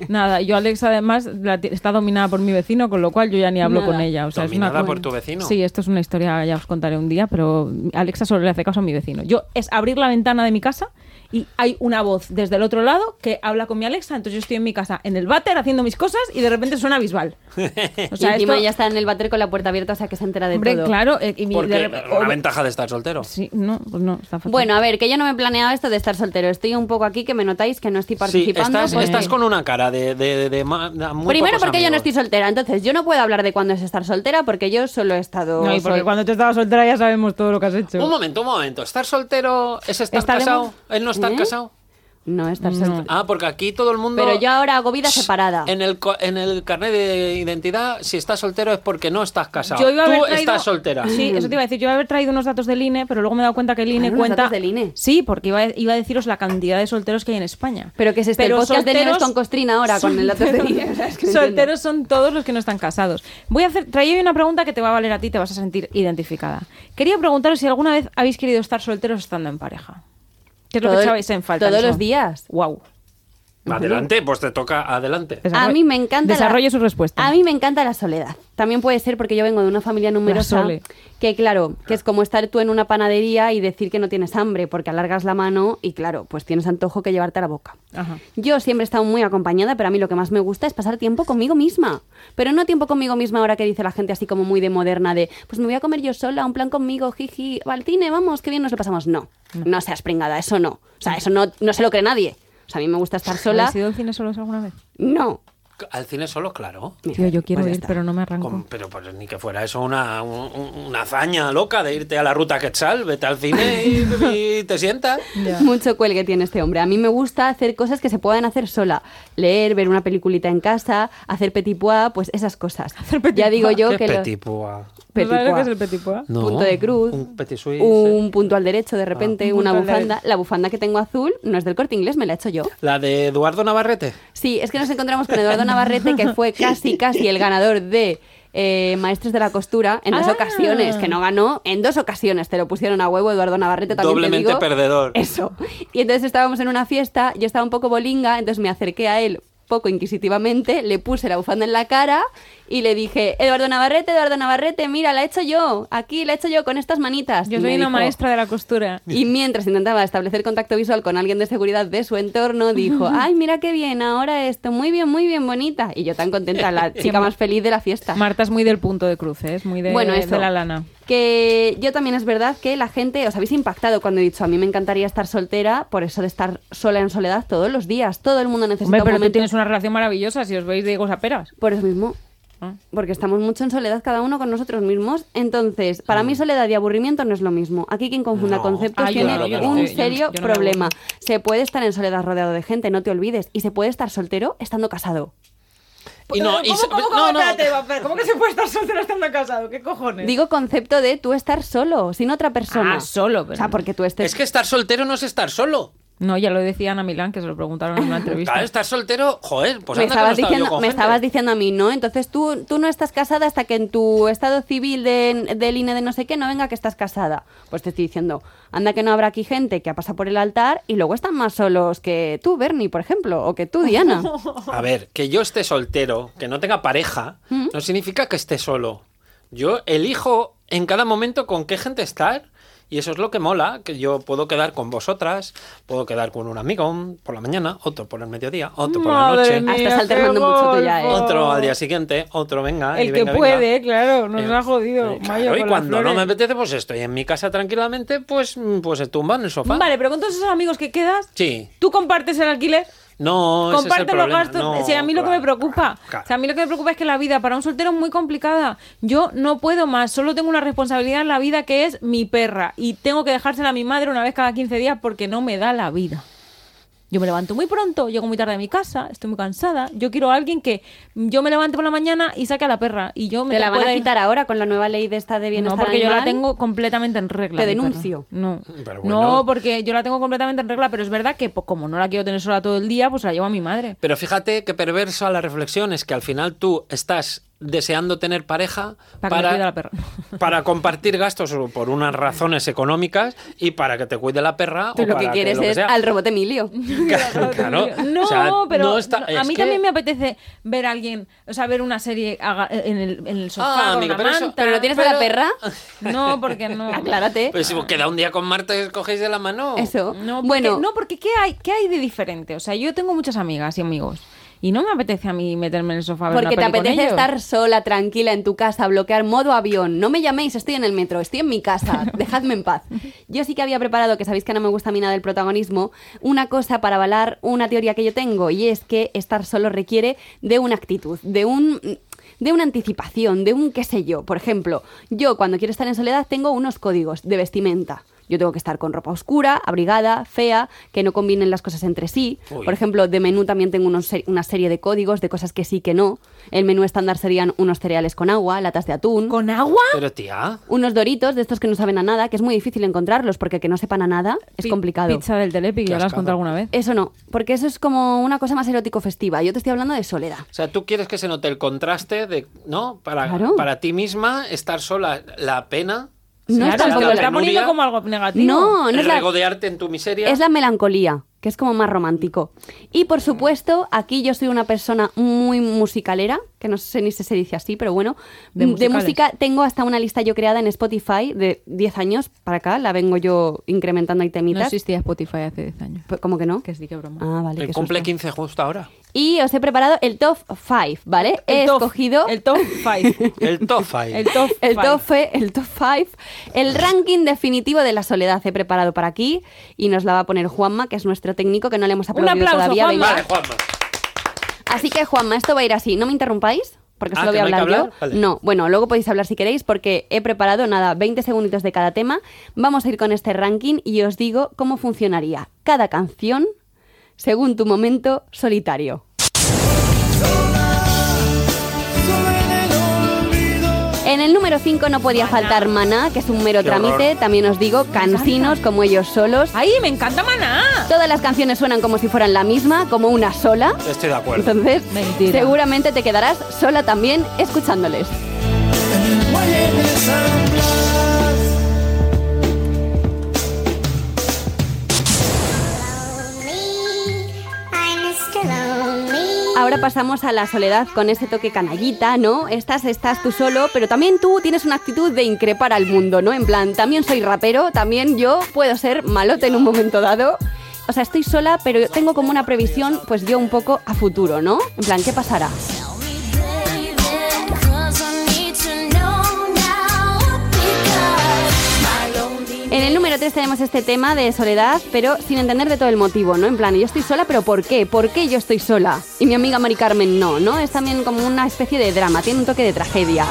[SPEAKER 2] Nada, yo Alexa además la ti- está dominada por mi vecino, con lo cual yo ya ni hablo
[SPEAKER 5] Nada.
[SPEAKER 2] con ella. O sea, es una
[SPEAKER 3] ¿Dominada
[SPEAKER 2] cosa-
[SPEAKER 3] por tu vecino?
[SPEAKER 2] Sí, esto es una historia, ya os contaré un día, pero Alexa solo le hace caso a mi vecino. Yo es abrir la ventana de mi casa y hay una voz desde el otro lado que habla con mi Alexa, entonces yo estoy en mi casa, en el váter, haciendo mis cosas y de repente suena Bisbal. O
[SPEAKER 5] y
[SPEAKER 2] sea,
[SPEAKER 5] encima
[SPEAKER 2] esto-
[SPEAKER 5] ya está en el váter con la puerta abierta, o sea que se entera de
[SPEAKER 2] Hombre,
[SPEAKER 5] todo.
[SPEAKER 2] claro, eh, y mi- de
[SPEAKER 3] Porque
[SPEAKER 2] repe-
[SPEAKER 3] la
[SPEAKER 2] o-
[SPEAKER 3] ventaja de estar soltero.
[SPEAKER 2] Sí, no, pues no, está fatal.
[SPEAKER 5] Bueno, a ver, que yo no me he planeado esto de estar soltero. Estoy un poco aquí que me notáis que no estoy
[SPEAKER 3] Sí,
[SPEAKER 5] participando.
[SPEAKER 3] estás,
[SPEAKER 5] porque-
[SPEAKER 2] pues.
[SPEAKER 3] estás con una cara de... de, de, de ma- de muy
[SPEAKER 5] Primero
[SPEAKER 3] pocos
[SPEAKER 5] porque yo no
[SPEAKER 3] amigos.
[SPEAKER 5] estoy soltera, entonces yo no puedo hablar de cuándo es estar soltera porque yo solo he estado...
[SPEAKER 2] No, y porque
[SPEAKER 5] sol-
[SPEAKER 2] cuando tú estabas soltera ya sabemos todo lo que has hecho.
[SPEAKER 3] Un momento, un momento. ¿Estar soltero es estar
[SPEAKER 2] Estaremos-
[SPEAKER 3] casado? ¿El no estar
[SPEAKER 5] ¿Eh?
[SPEAKER 3] casado?
[SPEAKER 5] No, estar soltera.
[SPEAKER 3] Ah, porque aquí todo el mundo...
[SPEAKER 5] Pero yo ahora hago vida separada.
[SPEAKER 3] En el, co- en el carnet de identidad, si estás soltero es porque no estás casado.
[SPEAKER 2] Yo iba a
[SPEAKER 3] Tú
[SPEAKER 2] haber traído-
[SPEAKER 3] estás soltera.
[SPEAKER 2] Sí, eso te iba a decir. Yo iba a haber traído unos datos del INE, pero luego me he dado cuenta que el INE
[SPEAKER 5] Ah, unos
[SPEAKER 2] cuenta.
[SPEAKER 5] datos del INE.
[SPEAKER 2] Sí, porque iba a, iba a deciros la cantidad de solteros que hay en España.
[SPEAKER 5] Pero que es este, el
[SPEAKER 2] Pero
[SPEAKER 5] podcast de Nieves
[SPEAKER 2] solteros-
[SPEAKER 5] con Costrina ahora, con el dato de
[SPEAKER 2] solteros-
[SPEAKER 5] Nieves, o sea, es que no entiendo.
[SPEAKER 2] solteros son todos los que no están casados. Voy a hacer, traía hoy una pregunta que te va a valer a ti, te vas a sentir identificada. Quería preguntaros si alguna vez habéis querido estar solteros estando en pareja. ¿Qué es lo que
[SPEAKER 5] Todo-
[SPEAKER 2] echabais en falta? en
[SPEAKER 5] todos
[SPEAKER 2] su-
[SPEAKER 5] los días.
[SPEAKER 2] Guau.
[SPEAKER 3] Adelante, pues te toca adelante.
[SPEAKER 5] a
[SPEAKER 2] Desarroll-
[SPEAKER 5] mí me encanta... la-
[SPEAKER 2] Desarrolle su respuesta.
[SPEAKER 5] A mí me encanta la soledad. También puede ser porque yo vengo de una familia numerosa.
[SPEAKER 2] sole.
[SPEAKER 5] Que claro, que es como estar tú en una panadería y decir que no tienes hambre porque alargas la mano y claro, pues tienes antojo que llevarte a la boca.
[SPEAKER 2] Ajá.
[SPEAKER 5] Yo siempre he estado muy acompañada, pero a mí lo que más me gusta es pasar tiempo conmigo misma. Pero no tiempo conmigo misma ahora que dice la gente así como muy de moderna de, pues me voy a comer yo sola, un plan conmigo, jiji, al cine, vamos, qué bien nos lo pasamos. No, no, seas pringada, eso no. O sea, eso no, no se lo cree nadie. O sea, a mí me gusta estar sola.
[SPEAKER 2] ¿Habéis ido al cine solos alguna vez?
[SPEAKER 5] No.
[SPEAKER 3] Al cine solo, claro.
[SPEAKER 2] Tío, yo quiero
[SPEAKER 5] Pues ya
[SPEAKER 2] ir,
[SPEAKER 5] está.
[SPEAKER 2] pero no me arranco.
[SPEAKER 3] Con- pero pues, ni que fuera eso una, un- un- una hazaña loca de irte a la ruta Quetzal, vete al cine y, y te sientas.
[SPEAKER 5] Mucho cuelgue tiene este hombre. A mí me gusta hacer cosas que se puedan hacer sola. Leer, ver una peliculita en casa, hacer petit pois, pues esas cosas.
[SPEAKER 2] petit
[SPEAKER 5] ya digo
[SPEAKER 2] pois.
[SPEAKER 5] yo
[SPEAKER 3] Qué
[SPEAKER 5] que lo-
[SPEAKER 3] petit pois.
[SPEAKER 5] petit
[SPEAKER 2] ¿No sabes lo que
[SPEAKER 5] pois.
[SPEAKER 2] es el petit pois?
[SPEAKER 3] No,
[SPEAKER 5] punto de cruz,
[SPEAKER 3] un petit suisse,
[SPEAKER 5] un punto al derecho de repente,
[SPEAKER 2] Ah, Un
[SPEAKER 5] una
[SPEAKER 2] punto al
[SPEAKER 5] bufanda. La bufanda que tengo azul no es del corte inglés, me la he hecho yo.
[SPEAKER 3] La de Eduardo Navarrete.
[SPEAKER 5] Sí, es que nos encontramos con Eduardo Navarrete, que fue casi, casi el ganador de eh, Maestros de la Costura en dos
[SPEAKER 2] Ah.
[SPEAKER 5] ocasiones, que no ganó, en dos ocasiones te lo pusieron a huevo Eduardo Navarrete también. te
[SPEAKER 3] Doblemente
[SPEAKER 5] digo.
[SPEAKER 3] perdedor.
[SPEAKER 5] Eso. Y entonces estábamos en una fiesta, yo estaba un poco bolinga, entonces me acerqué a él poco inquisitivamente, le puse la bufanda en la cara y le dije, Eduardo Navarrete, Eduardo Navarrete, mira, la he hecho yo, aquí la he hecho yo con estas manitas.
[SPEAKER 2] Yo
[SPEAKER 5] Y
[SPEAKER 2] soy
[SPEAKER 5] me
[SPEAKER 2] una
[SPEAKER 5] dijo-
[SPEAKER 2] maestra de la costura.
[SPEAKER 5] y mientras intentaba establecer contacto visual con alguien de seguridad de su entorno, dijo, ay, mira qué bien, ahora esto, muy bien, muy bien, bonita. Y yo tan contenta, la chica más feliz de la fiesta.
[SPEAKER 2] Marta es muy del punto de cruce, es muy de,
[SPEAKER 5] bueno, eso,
[SPEAKER 2] de la lana.
[SPEAKER 5] Que yo también es verdad que la gente, os habéis impactado cuando he dicho, a mí me encantaría estar soltera, por eso de estar sola en soledad todos los días, todo el mundo necesita
[SPEAKER 2] Hombre,
[SPEAKER 5] un
[SPEAKER 2] pero tú
[SPEAKER 5] momento-
[SPEAKER 2] tienes una relación maravillosa si os veis de higos a peras.
[SPEAKER 5] Por eso mismo.
[SPEAKER 2] Ah.
[SPEAKER 5] Porque estamos mucho en soledad cada uno con nosotros mismos. Entonces, para mí soledad y aburrimiento no es lo mismo. Aquí quien confunda
[SPEAKER 3] No.
[SPEAKER 5] conceptos
[SPEAKER 2] Ah, yo
[SPEAKER 5] tiene
[SPEAKER 3] no, yo no,
[SPEAKER 5] un
[SPEAKER 3] yo
[SPEAKER 2] no,
[SPEAKER 5] serio
[SPEAKER 2] yo no me
[SPEAKER 5] problema.
[SPEAKER 2] aburro.
[SPEAKER 5] Se puede estar en soledad rodeado de gente, no te olvides. Y se puede estar soltero estando casado.
[SPEAKER 3] Y no, y se- no, no.
[SPEAKER 2] ¿Cómo que se puede estar soltero estando casado? ¿Qué cojones?
[SPEAKER 5] Digo concepto de tú estar solo, sin otra persona.
[SPEAKER 2] Ah, solo, pero-
[SPEAKER 5] O sea, porque tú estés...
[SPEAKER 3] Es que estar soltero no es estar solo.
[SPEAKER 2] No, ya lo decía Ana Milán, que se lo preguntaron en una entrevista.
[SPEAKER 3] Claro, estar soltero, joder, pues
[SPEAKER 5] me
[SPEAKER 3] anda que no
[SPEAKER 5] estabas,
[SPEAKER 3] he estado yo
[SPEAKER 5] diciendo,
[SPEAKER 3] con
[SPEAKER 5] me
[SPEAKER 3] gente.
[SPEAKER 5] estabas diciendo a mí, ¿no? Entonces tú, tú no estás casada hasta que en tu estado civil de- del INE de no sé qué no venga que estás casada. Pues te estoy diciendo, anda que no habrá aquí gente que ha pasado por el altar y luego están más solos que tú, Bernie, por ejemplo, o que tú, Diana.
[SPEAKER 3] A ver, que yo esté soltero, que no tenga pareja,
[SPEAKER 2] ¿Mm?
[SPEAKER 3] no significa que esté solo. Yo elijo en cada momento con qué gente estar. Y eso es lo que mola, que yo puedo quedar con vosotras, puedo quedar con un amigo por la mañana, otro por el mediodía, otro por la
[SPEAKER 2] Madre
[SPEAKER 3] noche,
[SPEAKER 2] mía,
[SPEAKER 5] Ah, estás
[SPEAKER 2] qué
[SPEAKER 5] alternando mucho tú ya, ¿eh?
[SPEAKER 2] golfo.
[SPEAKER 3] otro al día siguiente, otro venga. y
[SPEAKER 2] El que
[SPEAKER 3] venga, venga.
[SPEAKER 2] puede, claro, nos
[SPEAKER 3] Eh,
[SPEAKER 2] ha jodido.
[SPEAKER 3] eh,
[SPEAKER 2] Mayo,
[SPEAKER 3] claro,
[SPEAKER 2] con
[SPEAKER 3] y
[SPEAKER 2] las
[SPEAKER 3] cuando no
[SPEAKER 2] flores.
[SPEAKER 3] me apetece, pues estoy en mi casa tranquilamente, pues, mm, pues se tumba en el sofá.
[SPEAKER 2] Vale, pero con todos esos amigos que quedas,
[SPEAKER 3] Sí.
[SPEAKER 2] ¿tú compartes el alquiler?
[SPEAKER 3] No, ese es el
[SPEAKER 2] Comparte los
[SPEAKER 3] problema,
[SPEAKER 2] gastos.
[SPEAKER 3] no,
[SPEAKER 2] O sea, a mí lo que
[SPEAKER 3] claro,
[SPEAKER 2] me preocupa.
[SPEAKER 3] claro.
[SPEAKER 2] O sea, a mí lo que me preocupa es que la vida para un soltero es muy complicada. Yo no puedo más. Solo tengo una responsabilidad en la vida que es mi perra. Y tengo que dejársela a mi madre una vez cada 15 días porque no me da la vida. Yo me levanto muy pronto, llego muy tarde a mi casa, estoy muy cansada. Yo quiero a alguien que yo me levante por la mañana y saque a la perra. Y yo me
[SPEAKER 5] Te la van
[SPEAKER 2] pueda
[SPEAKER 5] a
[SPEAKER 2] ir-
[SPEAKER 5] quitar ahora con la nueva ley de esta de
[SPEAKER 2] No,
[SPEAKER 5] bienestar
[SPEAKER 2] porque yo la
[SPEAKER 5] animal.
[SPEAKER 2] tengo completamente en regla.
[SPEAKER 5] Te
[SPEAKER 2] mi perra.
[SPEAKER 5] denuncio.
[SPEAKER 2] No.
[SPEAKER 3] Pero bueno.
[SPEAKER 2] no, porque yo la tengo completamente en regla, pero es verdad que po- como no la quiero tener pues sola todo el día, pues la llevo a mi madre.
[SPEAKER 3] Pero fíjate qué perversa la reflexión es que al final tú estás deseando tener pareja
[SPEAKER 2] Para que me cuide la perra.
[SPEAKER 3] para compartir gastos o por unas razones económicas y para que te cuide la perra.
[SPEAKER 5] Tú
[SPEAKER 3] o
[SPEAKER 5] lo que
[SPEAKER 3] para
[SPEAKER 5] quieres
[SPEAKER 3] que
[SPEAKER 5] es
[SPEAKER 3] sea.
[SPEAKER 5] al robot Emilio.
[SPEAKER 3] Claro, claro.
[SPEAKER 2] No,
[SPEAKER 3] O sea,
[SPEAKER 2] pero
[SPEAKER 3] no está-
[SPEAKER 2] a
[SPEAKER 3] es
[SPEAKER 2] mí
[SPEAKER 3] que-
[SPEAKER 2] también me apetece ver a alguien, o sea, ver una serie aga- en el, en el sofá
[SPEAKER 3] Ah,
[SPEAKER 2] con
[SPEAKER 3] amigo,
[SPEAKER 2] una
[SPEAKER 3] pero eso-
[SPEAKER 2] manta.
[SPEAKER 5] ¿Pero no tienes a la perra?
[SPEAKER 2] No, porque no.
[SPEAKER 5] Aclárate.
[SPEAKER 3] Pues si queda un día con Marta y os cogéis de la mano.
[SPEAKER 5] Eso.
[SPEAKER 2] No, porque,
[SPEAKER 5] bueno,
[SPEAKER 2] no, porque ¿qué hay, ¿qué hay de diferente? O sea, yo tengo muchas amigas y amigos y no me apetece a mí meterme en el sofá a ver
[SPEAKER 5] porque te
[SPEAKER 2] una peli con
[SPEAKER 5] apetece
[SPEAKER 2] ellos.
[SPEAKER 5] estar sola, tranquila, en tu casa, bloquear modo avión. No me llaméis, estoy en el metro, estoy en mi casa, dejadme en paz. Yo sí que había preparado, que sabéis que no me gusta a mí nada el protagonismo, una cosa para avalar una teoría que yo tengo, y es que estar solo requiere de una actitud, de un de una anticipación, de un qué sé yo. Por ejemplo, yo cuando quiero estar en soledad tengo unos códigos de vestimenta. Yo tengo que estar con ropa oscura, abrigada, fea, que no combinen las cosas entre sí.
[SPEAKER 3] Uy.
[SPEAKER 5] Por ejemplo, de menú también tengo unos ser- una serie de códigos de cosas que sí que no. El menú estándar serían unos cereales con agua, latas de atún,
[SPEAKER 2] ¿Con agua?
[SPEAKER 3] Pero tía,
[SPEAKER 5] unos doritos de estos que no saben a nada, que es muy difícil encontrarlos porque que no sepan a nada es
[SPEAKER 2] Pi-
[SPEAKER 5] complicado.
[SPEAKER 2] Pizza del Telepi, que ya lo has
[SPEAKER 3] ascado.
[SPEAKER 2] contado alguna vez.
[SPEAKER 5] Eso no, Eh, porque eso es como una cosa más erótico festiva. Yo te estoy hablando de soledad.
[SPEAKER 3] o sea, tú quieres que se note el contraste de, ¿no? Para,
[SPEAKER 5] Claro.
[SPEAKER 3] para ti misma estar sola, la pena.
[SPEAKER 5] No es
[SPEAKER 2] Claro, es
[SPEAKER 3] la
[SPEAKER 2] que
[SPEAKER 5] tampoco
[SPEAKER 2] lo
[SPEAKER 5] la
[SPEAKER 2] está poniendo como algo negativo.
[SPEAKER 5] No, no
[SPEAKER 3] el
[SPEAKER 5] es la,
[SPEAKER 3] regodearte en tu miseria.
[SPEAKER 5] Es la melancolía, que es como más romántico. Y por supuesto, aquí yo soy una persona muy musicalera, que no sé ni si se dice así, pero bueno,
[SPEAKER 2] De
[SPEAKER 5] m-
[SPEAKER 2] musicales.
[SPEAKER 5] música tengo hasta una lista yo creada en Spotify de 10 años para acá, la vengo yo incrementando y
[SPEAKER 2] No
[SPEAKER 5] temitas.
[SPEAKER 2] existía Spotify hace 10 años.
[SPEAKER 5] Pues, ¿Cómo que no?
[SPEAKER 2] Que sí, que broma.
[SPEAKER 5] Ah, vale.
[SPEAKER 3] El
[SPEAKER 5] qué
[SPEAKER 3] cumple
[SPEAKER 5] susto.
[SPEAKER 3] 15 justo ahora.
[SPEAKER 5] Y os he preparado el top 5, ¿vale? he
[SPEAKER 2] El top-
[SPEAKER 5] escogido
[SPEAKER 2] El top 5.
[SPEAKER 3] El top five.
[SPEAKER 2] El top
[SPEAKER 5] el
[SPEAKER 2] five.
[SPEAKER 5] top, fe- el top 5, el ranking definitivo de la soledad he preparado para aquí y nos la va a poner Juanma, que es nuestro técnico, que no le hemos aplaudido
[SPEAKER 2] aplauso,
[SPEAKER 5] todavía.
[SPEAKER 2] Juanma.
[SPEAKER 5] venga.
[SPEAKER 3] Vale, Juanma.
[SPEAKER 5] Así que, Juanma, esto va a ir así. No me interrumpáis, porque
[SPEAKER 3] Ah,
[SPEAKER 5] solo voy a
[SPEAKER 3] ¿que no
[SPEAKER 5] hablar,
[SPEAKER 3] hay que
[SPEAKER 5] yo.
[SPEAKER 3] hablar? Vale.
[SPEAKER 5] No, bueno, luego podéis hablar si queréis, porque he preparado, nada, 20 segunditos de cada tema. Vamos a ir con este ranking y os digo cómo funcionaría cada canción según tu momento solitario. En el número 5 no podía faltar Maná, que es un mero
[SPEAKER 3] Qué
[SPEAKER 5] tramite.
[SPEAKER 3] horror.
[SPEAKER 5] También os digo, cansinos como ellos solos.
[SPEAKER 2] ¡Ay, me encanta Maná!
[SPEAKER 5] Todas las canciones suenan como si fueran la misma, como una sola.
[SPEAKER 3] Estoy de acuerdo.
[SPEAKER 5] Entonces,
[SPEAKER 2] Mentira.
[SPEAKER 5] seguramente te quedarás sola también escuchándoles. Ahora pasamos a la soledad con ese toque canallita, ¿no? Estás, estás tú solo, pero también tú tienes una actitud de increpar al mundo, ¿no? En plan, también soy rapero, también yo puedo ser malote en un momento dado. O sea, estoy sola, pero tengo como una previsión, pues yo un poco a futuro, ¿no? En plan, ¿qué pasará? En el número 3 tenemos este tema de soledad, pero sin entender de todo el motivo, ¿no? En plan, yo estoy sola, pero ¿por qué? ¿Por qué yo estoy sola? Y mi amiga Mari Carmen no, ¿no? Es también como una especie de drama, tiene un toque de tragedia.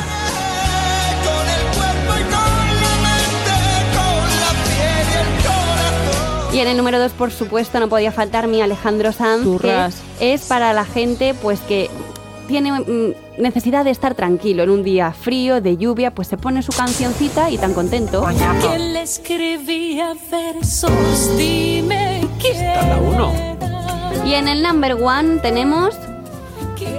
[SPEAKER 5] Y en el número 2, por supuesto, no podía faltar mi Alejandro Sanz,
[SPEAKER 2] Churras.
[SPEAKER 5] que es para la gente pues que tiene mm, necesidad de estar tranquilo en un día frío, de lluvia, pues se pone su cancioncita y tan contento.
[SPEAKER 4] Que le escribía versos, dime quién
[SPEAKER 3] Cada uno.
[SPEAKER 4] era,
[SPEAKER 5] Y en el number one tenemos
[SPEAKER 4] quién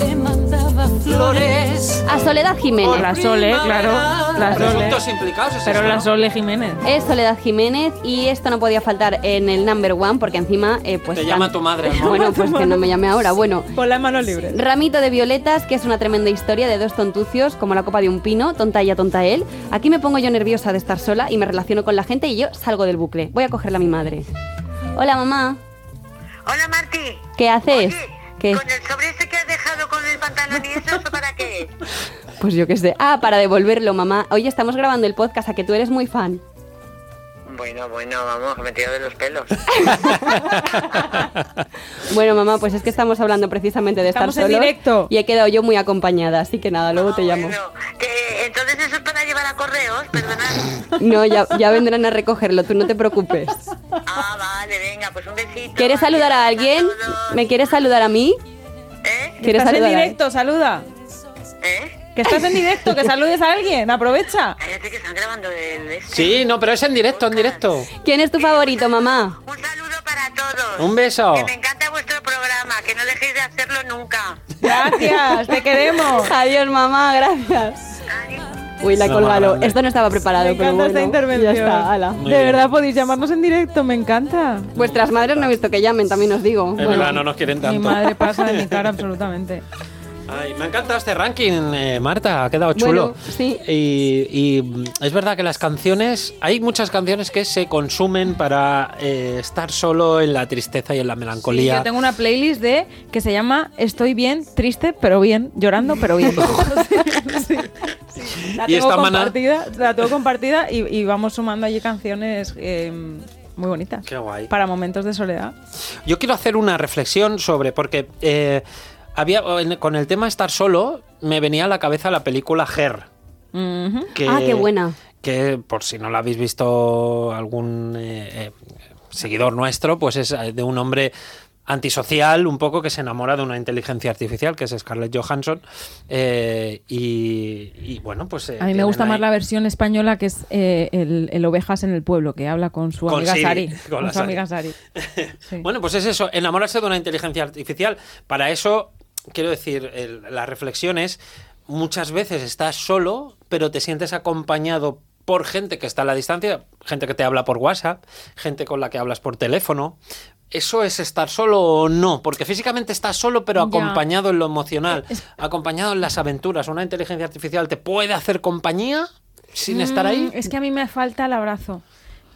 [SPEAKER 4] le mandaba flores.
[SPEAKER 5] a Soledad Jiménez.
[SPEAKER 2] La Sole, claro. La Sole.
[SPEAKER 3] Presuntos implicados. es
[SPEAKER 2] Pero
[SPEAKER 3] eso,
[SPEAKER 2] la
[SPEAKER 3] ¿no?
[SPEAKER 2] Sole Jiménez.
[SPEAKER 5] Es Soledad Jiménez y esto no podía faltar en el number one porque encima eh, pues
[SPEAKER 3] Te llama tu madre, ¿no?
[SPEAKER 5] bueno pues que no me llame ahora bueno
[SPEAKER 2] Con las manos libres.
[SPEAKER 5] Ramito de Violetas, que es una tremenda historia de dos tontucios, como la copa de un pino, tonta ella, tonta él. Aquí me pongo yo nerviosa de estar sola y me relaciono con la gente y yo salgo del bucle. Voy a cogerla a mi madre. Hola, mamá.
[SPEAKER 6] Hola Marti.
[SPEAKER 5] ¿Qué haces?
[SPEAKER 6] Oye,
[SPEAKER 5] ¿Qué?
[SPEAKER 6] ¿Con el sobre ese que has dejado con el pantalón y eso, ¿eso para qué es?
[SPEAKER 5] Pues yo qué sé. Ah, para devolverlo, mamá. Oye, estamos grabando el podcast, a que tú eres muy fan.
[SPEAKER 6] Bueno, bueno, vamos, me tiro de los pelos.
[SPEAKER 5] Bueno, mamá, pues es que estamos hablando precisamente de
[SPEAKER 2] Estamos en
[SPEAKER 5] estar solos.
[SPEAKER 2] directo.
[SPEAKER 5] Y he quedado yo muy acompañada, así que nada, luego te
[SPEAKER 6] Ah,
[SPEAKER 5] llamo.
[SPEAKER 6] bueno, que, entonces eso es para llevar a correos, perdonad.
[SPEAKER 5] No, ya, ya vendrán a recogerlo, tú no te preocupes.
[SPEAKER 6] Ah, vale, venga, pues un besito.
[SPEAKER 5] ¿Quieres saludar a alguien?
[SPEAKER 6] todos.
[SPEAKER 5] ¿Me quieres saludar a mí?
[SPEAKER 6] ¿Eh?
[SPEAKER 5] ¿Quieres
[SPEAKER 2] Estás en
[SPEAKER 5] saludar a-
[SPEAKER 2] directo, saluda.
[SPEAKER 6] ¿Eh?
[SPEAKER 2] Que estás en directo, que saludes a alguien, aprovecha.
[SPEAKER 6] Cállate que están grabando el... este.
[SPEAKER 3] Sí, no, pero es en directo, en directo.
[SPEAKER 5] ¿Quién es tu favorito, mamá?
[SPEAKER 6] Un saludo para todos.
[SPEAKER 3] Un beso.
[SPEAKER 6] Que me encanta vuestro programa, que no dejéis de hacerlo nunca.
[SPEAKER 2] Gracias, te queremos.
[SPEAKER 5] Adiós, mamá, gracias. Uy, la he
[SPEAKER 3] No,
[SPEAKER 5] colgado.
[SPEAKER 3] mamá.
[SPEAKER 5] Esto no estaba
[SPEAKER 2] Me
[SPEAKER 5] preparado,
[SPEAKER 2] encanta
[SPEAKER 5] pero bueno,
[SPEAKER 2] esta intervención.
[SPEAKER 5] Ya está, ala.
[SPEAKER 2] De
[SPEAKER 3] Muy bien.
[SPEAKER 2] verdad podéis llamarnos en directo, me encanta.
[SPEAKER 5] Vuestras madres no he visto que llamen, también os digo.
[SPEAKER 3] Es
[SPEAKER 5] Bueno.
[SPEAKER 3] verdad, no nos quieren
[SPEAKER 2] Mi
[SPEAKER 3] tanto.
[SPEAKER 2] madre pasa de mi cara absolutamente.
[SPEAKER 3] Ay, me ha encantado este ranking, eh, Marta, ha quedado chulo.
[SPEAKER 5] Bueno, sí.
[SPEAKER 3] Y, y, mm, es verdad que las canciones, hay muchas canciones que se consumen para eh, estar solo en la tristeza y en la
[SPEAKER 2] Sí,
[SPEAKER 3] melancolía.
[SPEAKER 2] yo tengo una playlist de que se llama Estoy bien, triste, pero bien, llorando, pero bien. Sí, sí, sí. La
[SPEAKER 3] Y
[SPEAKER 2] tengo
[SPEAKER 3] esta maná-
[SPEAKER 2] compartida, la tengo compartida y, y vamos sumando allí canciones eh, muy bonitas.
[SPEAKER 3] Qué guay.
[SPEAKER 2] Para momentos de soledad.
[SPEAKER 3] Yo quiero hacer una reflexión sobre, porque eh, había en- con el tema estar solo, me venía a la cabeza la película Her.
[SPEAKER 2] Ujú.
[SPEAKER 3] que-
[SPEAKER 5] Ah, qué buena.
[SPEAKER 3] Que por si no la habéis visto algún eh, eh, seguidor nuestro, pues es eh, de un hombre antisocial, un poco que se enamora de una inteligencia artificial, que es Scarlett Johansson. eh, y, y, bueno, pues... eh,
[SPEAKER 2] A mí me
[SPEAKER 3] tienen
[SPEAKER 2] gusta más
[SPEAKER 3] ahí-
[SPEAKER 2] la versión española que es eh, el, el Ovejas en el Pueblo, que habla con su
[SPEAKER 3] Con
[SPEAKER 2] amiga
[SPEAKER 3] Siri,
[SPEAKER 2] Sari.
[SPEAKER 3] con
[SPEAKER 2] Con,
[SPEAKER 3] la
[SPEAKER 2] su
[SPEAKER 3] Sari.
[SPEAKER 2] amiga Sari. Sí.
[SPEAKER 3] Bueno, pues es eso, enamorarse de una inteligencia artificial. Para eso, quiero decir, el- la reflexión es, muchas veces estás solo, pero te sientes acompañado por gente que está a la distancia, gente que te habla por WhatsApp, gente con la que hablas por teléfono. ¿Eso es estar solo o no? Porque físicamente estás solo, pero
[SPEAKER 2] Ya.
[SPEAKER 3] acompañado en lo emocional, acompañado en las aventuras. ¿Una inteligencia artificial te puede hacer compañía sin estar ahí?
[SPEAKER 2] Mm, Es que a mí me falta el abrazo.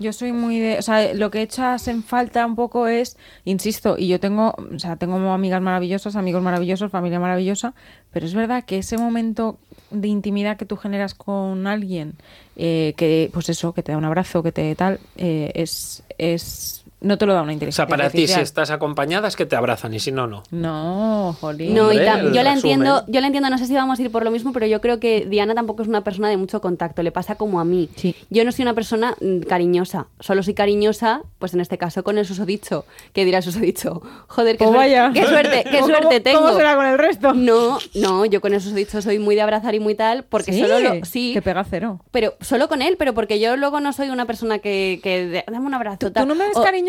[SPEAKER 2] Yo soy muy de, o sea, lo que echas en falta un poco es, insisto, y yo tengo, o sea, tengo amigas maravillosas, amigos maravillosos, familia maravillosa, pero es verdad que ese momento de intimidad que tú generas con alguien, eh, que pues eso, que te da un abrazo, que te tal, eh, es, es, no te lo da una
[SPEAKER 3] O
[SPEAKER 2] inteligencia.
[SPEAKER 3] sea, para ti, si
[SPEAKER 2] artificial.
[SPEAKER 3] estás acompañada, es que te abrazan y si no, no.
[SPEAKER 2] No, jolín. Oh,
[SPEAKER 5] No, y
[SPEAKER 3] Hombre,
[SPEAKER 5] tam-
[SPEAKER 3] el
[SPEAKER 5] yo la
[SPEAKER 3] resumen.
[SPEAKER 5] entiendo, yo la entiendo, no sé si vamos a ir por lo mismo, pero yo creo que Diana tampoco es una persona de mucho contacto, le pasa como a mí.
[SPEAKER 2] Sí.
[SPEAKER 5] Yo no soy una persona mm, cariñosa, solo soy cariñosa, pues en este caso con el susodicho, que dirá el susodicho, joder, qué,
[SPEAKER 2] Pues
[SPEAKER 5] suer-
[SPEAKER 2] vaya.
[SPEAKER 5] qué suerte, qué
[SPEAKER 2] ¿Cómo-
[SPEAKER 5] suerte tengo.
[SPEAKER 2] ¿Cómo será con el resto?
[SPEAKER 5] No, no, yo con el susodicho soy muy de abrazar y muy tal, porque solo lo- sí,
[SPEAKER 2] Te pega cero.
[SPEAKER 5] pero solo con él, pero porque yo luego no soy una persona que, que de- dame un abrazo.
[SPEAKER 2] ¿Tú,
[SPEAKER 5] tal".
[SPEAKER 2] tú no me ves
[SPEAKER 5] O-
[SPEAKER 2] cariñosa?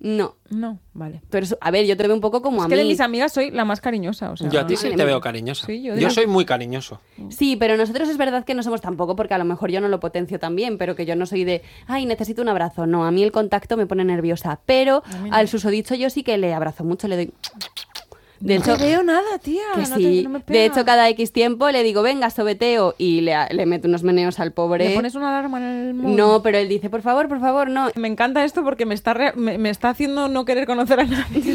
[SPEAKER 5] No,
[SPEAKER 2] No, vale.
[SPEAKER 5] tú eres- a ver, yo te veo un poco como
[SPEAKER 2] Es
[SPEAKER 5] a
[SPEAKER 2] que
[SPEAKER 5] mí.
[SPEAKER 2] de mis amigas soy la más cariñosa. O sea,
[SPEAKER 3] Yo a ti sí
[SPEAKER 5] Madre
[SPEAKER 3] te
[SPEAKER 5] mía.
[SPEAKER 3] veo cariñosa.
[SPEAKER 2] Sí, yo
[SPEAKER 3] yo
[SPEAKER 2] digo-
[SPEAKER 3] soy muy cariñoso.
[SPEAKER 5] Sí, pero nosotros es verdad que no somos tampoco, porque a lo mejor yo no lo potencio tan bien, pero que yo no soy de, ay, necesito un abrazo. No, a mí el contacto me pone nerviosa. Pero al susodicho yo sí que le abrazo mucho, le doy... De hecho,
[SPEAKER 2] no te veo nada, tía.
[SPEAKER 5] que
[SPEAKER 2] no te-
[SPEAKER 5] sí.
[SPEAKER 2] no me pega.
[SPEAKER 5] de hecho, cada X tiempo le digo, venga, sobeteo, y le, le meto unos meneos al pobre.
[SPEAKER 2] ¿Le pones una alarma en el móvil?
[SPEAKER 5] ¿eh? No, pero él dice, por favor, por favor, no.
[SPEAKER 2] Me encanta esto porque me está, re- me, me está haciendo no querer conocer a nadie.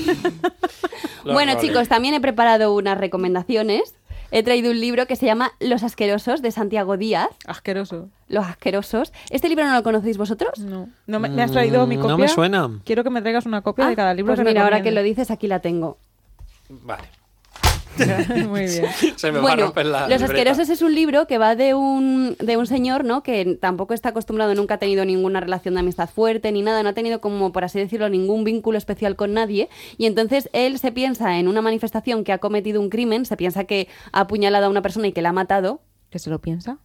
[SPEAKER 3] Los
[SPEAKER 5] bueno,
[SPEAKER 3] Rolling.
[SPEAKER 5] chicos, también he preparado unas recomendaciones. He traído un libro que se llama Los Asquerosos, de Santiago Díaz.
[SPEAKER 2] Asqueroso.
[SPEAKER 5] Los Asquerosos. ¿Este libro no lo conocéis vosotros.
[SPEAKER 2] No. No me, ¿me has traído mi
[SPEAKER 3] Mm,
[SPEAKER 2] copia?
[SPEAKER 3] no me suena.
[SPEAKER 2] Quiero que me traigas una copia de
[SPEAKER 5] Ah,
[SPEAKER 2] cada libro
[SPEAKER 5] Pues mira, ahora que lo dices, aquí la tengo.
[SPEAKER 3] Vale.
[SPEAKER 2] dices. Muy bien.
[SPEAKER 3] Se me va a
[SPEAKER 5] bueno,
[SPEAKER 3] romper la.
[SPEAKER 5] Los
[SPEAKER 3] libreta.
[SPEAKER 5] Asquerosos es un libro que va de un, de un señor, ¿no? Que tampoco está acostumbrado, nunca ha tenido ninguna relación de amistad fuerte ni nada, no ha tenido como, por así decirlo, ningún vínculo especial con nadie. Y entonces él se piensa en una manifestación que ha cometido un crimen, se piensa que ha apuñalado a una persona y que la ha matado,
[SPEAKER 2] ¿Que se lo piensa?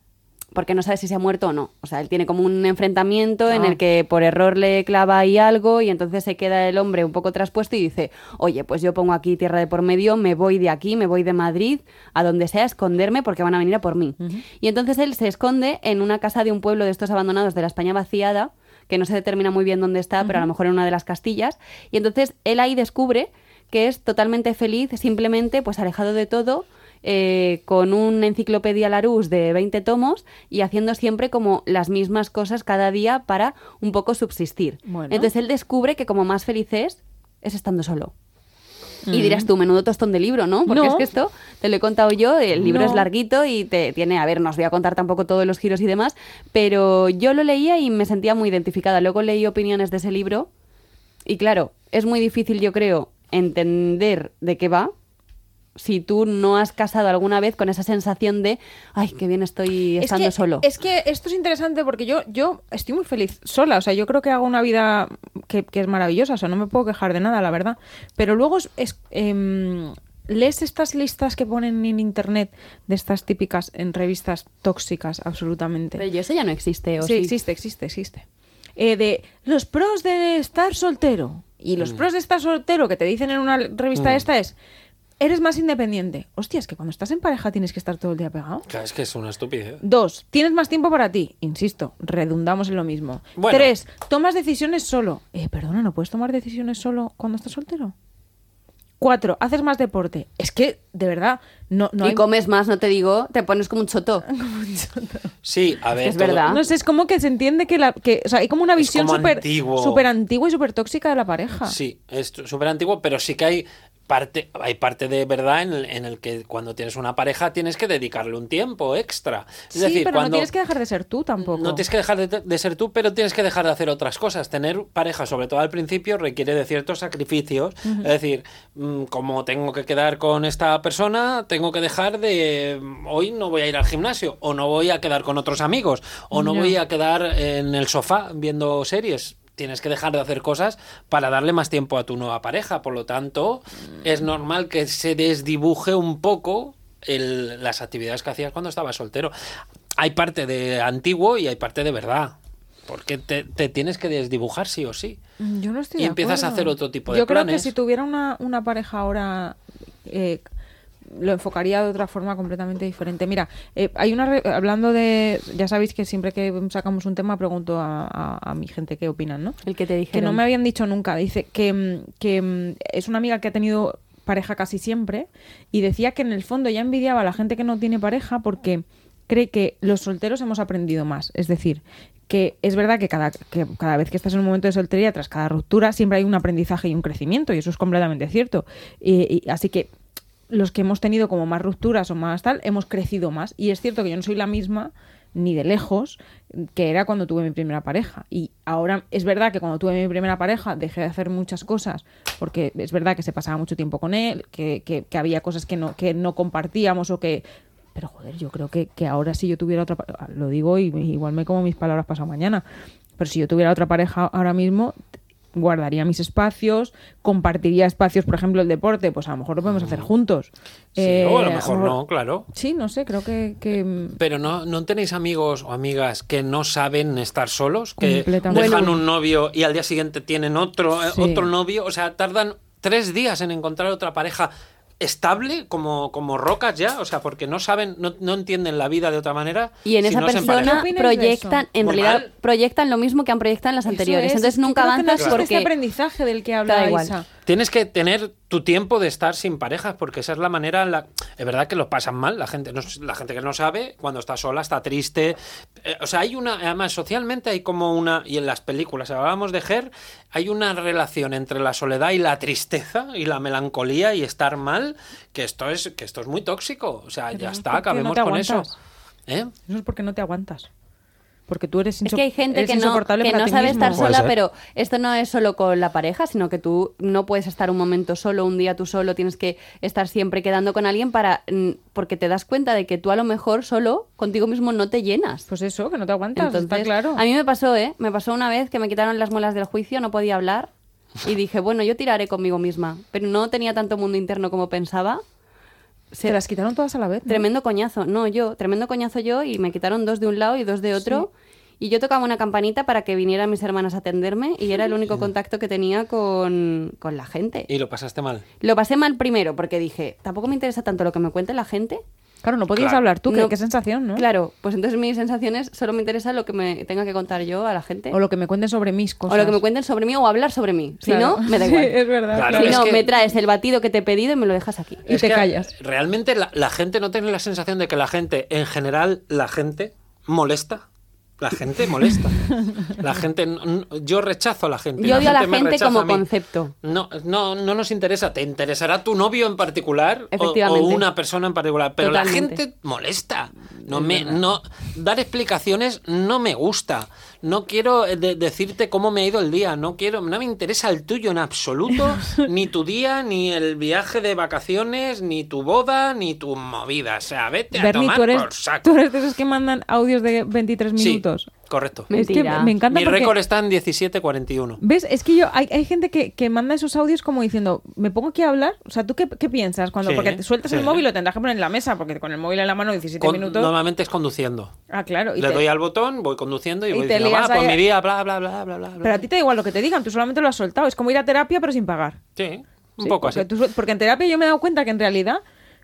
[SPEAKER 5] porque no sabe si se ha muerto o no. O sea, él tiene como un enfrentamiento en
[SPEAKER 2] Ah.
[SPEAKER 5] el que por error le clava ahí algo y entonces se queda el hombre un poco traspuesto y dice, oye, pues yo pongo aquí tierra de por medio, me voy de aquí, me voy de Madrid, a donde sea, a esconderme porque van a venir a por mí. Y entonces él se esconde en una casa de un pueblo de estos abandonados de la España vaciada, que no se determina muy bien dónde está, pero a lo mejor en una de las Castillas. Y entonces él ahí descubre que es totalmente feliz, simplemente pues alejado de todo, eh, con una enciclopedia Larousse de 20 tomos y haciendo siempre como las mismas cosas cada día para un poco subsistir.
[SPEAKER 2] Bueno.
[SPEAKER 5] Entonces él descubre que como más feliz es, es estando solo.
[SPEAKER 2] Mm.
[SPEAKER 5] Y dirás tú, menudo tostón de libro, ¿no? Porque
[SPEAKER 2] No.
[SPEAKER 5] es que esto te lo he contado yo, el libro
[SPEAKER 2] No.
[SPEAKER 5] es larguito y te tiene, a ver, no os voy a contar tampoco todos los giros y demás, pero yo lo leía y me sentía muy identificada. Luego leí opiniones de ese libro y claro, es muy difícil, yo creo, entender de qué va si tú no has casado alguna vez con esa sensación de, ay, qué bien estoy estando
[SPEAKER 2] que,
[SPEAKER 5] solo.
[SPEAKER 2] Es que esto es interesante porque yo, yo estoy muy feliz sola. O sea, yo creo que hago una vida que, que es maravillosa. O sea, no me puedo quejar de nada, la verdad. Pero luego es, es, em, lees estas listas que ponen en internet de estas típicas en revistas tóxicas, absolutamente.
[SPEAKER 5] Pero yo eso ya no existe, ¿o
[SPEAKER 2] Sí,
[SPEAKER 5] sí?
[SPEAKER 2] existe, existe, existe. Eh, de los pros
[SPEAKER 5] Mm.
[SPEAKER 2] de estar soltero. Y los pros de estar soltero que te dicen en una revista esta es eres más independiente. Hostia, es que cuando estás en pareja tienes que estar todo el día pegado.
[SPEAKER 3] Claro, es que es una estupidez. ¿eh?
[SPEAKER 2] Dos, tienes más tiempo para ti. Insisto, redundamos en lo mismo.
[SPEAKER 3] Bueno.
[SPEAKER 2] Tres, tomas decisiones solo. Eh, perdona, ¿no puedes tomar decisiones solo cuando estás soltero? Cuatro, haces más deporte. Es que, de verdad, no, no
[SPEAKER 5] y
[SPEAKER 2] hay...
[SPEAKER 5] comes más, no te digo, te pones como un choto.
[SPEAKER 3] Sí, a ver.
[SPEAKER 5] es verdad.
[SPEAKER 2] No sé, es como que se entiende que, la, que o sea, hay como una visión
[SPEAKER 3] como
[SPEAKER 2] súper
[SPEAKER 3] antiguo.
[SPEAKER 2] súper antigua y súper tóxica de la pareja.
[SPEAKER 3] Sí, es súper antiguo, pero sí que hay parte, hay parte de verdad en el, en el que cuando tienes una pareja tienes que dedicarle un tiempo extra. Es
[SPEAKER 2] Sí,
[SPEAKER 3] decir,
[SPEAKER 2] pero
[SPEAKER 3] cuando
[SPEAKER 2] no tienes que dejar de ser tú tampoco.
[SPEAKER 3] No tienes que dejar de, de ser tú, pero tienes que dejar de hacer otras cosas. Tener pareja, sobre todo al principio, requiere de ciertos sacrificios. Es decir, mm, como tengo que quedar con esta persona, tengo que dejar de. mm, Hoy no voy a ir al gimnasio, o no voy a quedar con otros amigos, o no
[SPEAKER 2] Ya.
[SPEAKER 3] voy a quedar en el sofá viendo series. Tienes que dejar de hacer cosas para darle más tiempo a tu nueva pareja. Por lo tanto, es normal que se desdibuje un poco el- las actividades que hacías cuando estabas soltero. Hay parte de antiguo y hay parte de verdad. Porque te, te tienes que desdibujar sí o sí.
[SPEAKER 2] Mm, Yo no estoy
[SPEAKER 3] Y
[SPEAKER 2] de
[SPEAKER 3] empiezas a
[SPEAKER 2] acuerdo.
[SPEAKER 3] hacer otro tipo de
[SPEAKER 2] Yo creo que
[SPEAKER 3] planes.
[SPEAKER 2] si tuviera una, una pareja ahora, eh, lo enfocaría de otra forma completamente diferente. Mira, eh, hay una. re- hablando de. Ya sabéis que siempre que sacamos un tema pregunto a, a- a mi gente qué opinan, ¿no?
[SPEAKER 5] El que te dije.
[SPEAKER 2] que no me habían dicho nunca. Dice que, mm, que mm, es una amiga que ha tenido pareja casi siempre y decía que en el fondo ya envidiaba a la gente que no tiene pareja porque cree que los solteros hemos aprendido más. Es decir, que es verdad que cada, que cada vez que estás en un momento de soltería, tras cada ruptura, siempre hay un aprendizaje y un crecimiento y eso es completamente cierto. Y- y- así que los que hemos tenido como más rupturas o más tal, hemos crecido más. Y es cierto que yo no soy la misma, ni de lejos, que era cuando tuve mi primera pareja. Y ahora es verdad que cuando tuve mi primera pareja dejé de hacer muchas cosas, porque es verdad que se pasaba mucho tiempo con él, que, que- que había cosas que no, que no compartíamos o que... Pero joder, yo creo que, que ahora si yo tuviera otra... pa- Lo digo y igual me como mis palabras pasado mañana. Pero si yo tuviera otra pareja ahora mismo, guardaría mis espacios, compartiría espacios, por ejemplo, el deporte, pues a lo mejor lo podemos hacer juntos.
[SPEAKER 3] Mm. Sí,
[SPEAKER 2] Eh,
[SPEAKER 3] o a lo mejor
[SPEAKER 2] mejor-
[SPEAKER 3] no, claro.
[SPEAKER 2] Sí, no sé, creo que... que, mm,
[SPEAKER 3] Pero no, no tenéis amigos o amigas que no saben estar solos, que
[SPEAKER 2] Completamente.
[SPEAKER 3] dejan
[SPEAKER 2] Bueno.
[SPEAKER 3] un novio y al día siguiente tienen otro, eh,
[SPEAKER 2] Sí.
[SPEAKER 3] otro novio. O sea, tardan tres días en encontrar otra pareja estable, como, como rocas ya. O sea, porque no saben, no, no entienden la vida de otra manera.
[SPEAKER 5] Y en
[SPEAKER 3] si
[SPEAKER 5] esa
[SPEAKER 3] no se
[SPEAKER 5] persona
[SPEAKER 3] emparejan.
[SPEAKER 2] ¿Qué opináis de
[SPEAKER 5] proyectan,
[SPEAKER 2] eso?
[SPEAKER 5] en
[SPEAKER 3] Muy
[SPEAKER 5] realidad
[SPEAKER 3] mal.
[SPEAKER 5] proyectan lo mismo que han proyectado en las anteriores.
[SPEAKER 2] eso
[SPEAKER 5] Entonces
[SPEAKER 2] es, es que
[SPEAKER 5] nunca
[SPEAKER 2] creo que no
[SPEAKER 5] avanzas
[SPEAKER 2] existe este
[SPEAKER 5] porque
[SPEAKER 2] aprendizaje del que habla
[SPEAKER 5] Da igual.
[SPEAKER 2] Isa.
[SPEAKER 3] Tienes que tener tu tiempo de estar sin parejas, porque esa es la manera en la. Es verdad que lo pasan mal, la gente, no, la gente que no sabe, cuando está sola, está triste. Eh, o sea, hay una. Además, socialmente hay como una. Y en las películas, hablábamos de Her, hay una relación entre la soledad y la tristeza y la melancolía y estar mal, que esto es, que esto es muy tóxico. O sea,
[SPEAKER 2] Pero
[SPEAKER 3] ya
[SPEAKER 2] es
[SPEAKER 3] está,
[SPEAKER 2] porque no
[SPEAKER 3] acabemos
[SPEAKER 2] te
[SPEAKER 3] con eso.
[SPEAKER 2] aguantas.
[SPEAKER 3] ¿Eh?
[SPEAKER 2] Eso es porque no te aguantas. Porque tú eres,
[SPEAKER 5] es
[SPEAKER 2] inso-
[SPEAKER 5] que hay gente
[SPEAKER 2] eres
[SPEAKER 5] que no,
[SPEAKER 2] insoportable
[SPEAKER 5] que
[SPEAKER 2] para
[SPEAKER 5] no
[SPEAKER 2] ti
[SPEAKER 5] sabe
[SPEAKER 2] mismo.
[SPEAKER 5] estar
[SPEAKER 3] Puede
[SPEAKER 5] sola,
[SPEAKER 3] ser.
[SPEAKER 5] pero esto no es solo con la pareja, sino que tú no puedes estar un momento solo, un día tú solo, tienes que estar siempre quedando con alguien para mm, porque te das cuenta de que tú a lo mejor solo contigo mismo no te llenas.
[SPEAKER 2] Pues eso, que no te aguantas, está
[SPEAKER 5] Entonces,
[SPEAKER 2] claro.
[SPEAKER 5] A mí me pasó, ¿eh? Me pasó una vez que me quitaron las muelas del juicio, no podía hablar. Y dije, bueno, yo tiraré conmigo misma. Pero no tenía tanto mundo interno como pensaba.
[SPEAKER 2] Se las quitaron todas a la vez. ¿no?
[SPEAKER 5] Tremendo coñazo. No, yo, tremendo coñazo yo. Y me quitaron dos de un lado y dos de otro. Y yo tocaba una campanita para que vinieran mis hermanas a atenderme. Y era el único contacto que tenía con, con la gente.
[SPEAKER 3] Y lo pasaste mal.
[SPEAKER 5] Lo pasé mal primero porque dije, tampoco me interesa tanto lo que me cuente la gente.
[SPEAKER 2] Claro, no podías
[SPEAKER 3] Claro.
[SPEAKER 2] hablar tú, ¿qué,
[SPEAKER 5] No.
[SPEAKER 2] qué sensación, ¿no?
[SPEAKER 5] Claro, pues entonces mis sensaciones solo me interesa lo que me tenga que contar yo a la gente.
[SPEAKER 2] O lo que me cuenten sobre mis cosas.
[SPEAKER 5] O lo que me cuenten sobre mí o hablar sobre mí.
[SPEAKER 2] Claro.
[SPEAKER 5] Si no, me da
[SPEAKER 2] Sí,
[SPEAKER 5] igual.
[SPEAKER 2] es verdad.
[SPEAKER 3] Claro,
[SPEAKER 5] si
[SPEAKER 3] es
[SPEAKER 5] no,
[SPEAKER 3] que-
[SPEAKER 5] me traes el batido que te he pedido y me lo dejas aquí.
[SPEAKER 2] Y te callas.
[SPEAKER 3] Realmente la, la gente no tiene la sensación de que la gente, en general, la gente molesta. La gente molesta. La gente, n- n- yo rechazo a la gente.
[SPEAKER 5] Yo odio a la
[SPEAKER 3] me
[SPEAKER 5] gente
[SPEAKER 3] rechaza
[SPEAKER 5] como
[SPEAKER 3] a mí.
[SPEAKER 5] concepto.
[SPEAKER 3] No, no, no nos interesa. Te interesará tu novio en particular o- o,
[SPEAKER 5] Efectivamente.
[SPEAKER 3] una persona en particular. Pero
[SPEAKER 5] Totalmente.
[SPEAKER 3] la gente molesta. No me, no, dar explicaciones no me gusta. No quiero eh, de- decirte cómo me ha ido el día. No quiero, no me interesa el tuyo en absoluto, ni tu día, ni el viaje de vacaciones, ni tu boda, ni tu movida. O sea, vete a
[SPEAKER 2] Bernie,
[SPEAKER 3] tomar
[SPEAKER 2] tú eres,
[SPEAKER 3] por saco.
[SPEAKER 2] tú eres de esos que mandan audios de 23
[SPEAKER 3] Sí,
[SPEAKER 2] minutos.
[SPEAKER 3] correcto.
[SPEAKER 5] Me-
[SPEAKER 2] Es que
[SPEAKER 5] Mentira.
[SPEAKER 2] me encanta
[SPEAKER 3] Mi
[SPEAKER 2] porque-
[SPEAKER 3] récord está en 17.41.
[SPEAKER 2] ¿Ves? Es que yo hay, hay gente que, que manda esos audios como diciendo, ¿me pongo aquí a hablar? O sea, ¿tú qué, qué piensas? cuando
[SPEAKER 3] Sí,
[SPEAKER 2] Porque te sueltas
[SPEAKER 3] sí.
[SPEAKER 2] el móvil lo tendrás que poner en la mesa, porque con el móvil en la mano 17
[SPEAKER 3] Con-
[SPEAKER 2] minutos...
[SPEAKER 3] Normalmente es conduciendo.
[SPEAKER 2] Ah, claro. y
[SPEAKER 3] Le
[SPEAKER 2] te-
[SPEAKER 3] doy al botón, voy conduciendo y,
[SPEAKER 2] Y
[SPEAKER 3] voy
[SPEAKER 2] te
[SPEAKER 3] diciendo,
[SPEAKER 2] lías
[SPEAKER 3] "Ah, pues
[SPEAKER 2] ahí".
[SPEAKER 3] mi día, bla, bla, bla, bla, bla, bla.
[SPEAKER 2] Pero a ti te da igual lo que te digan, tú solamente lo has soltado. Es como ir a terapia pero sin pagar.
[SPEAKER 3] Sí. Un
[SPEAKER 2] Sí,
[SPEAKER 3] poco
[SPEAKER 2] porque
[SPEAKER 3] así.
[SPEAKER 2] tú- porque en terapia yo me he dado cuenta que en realidad,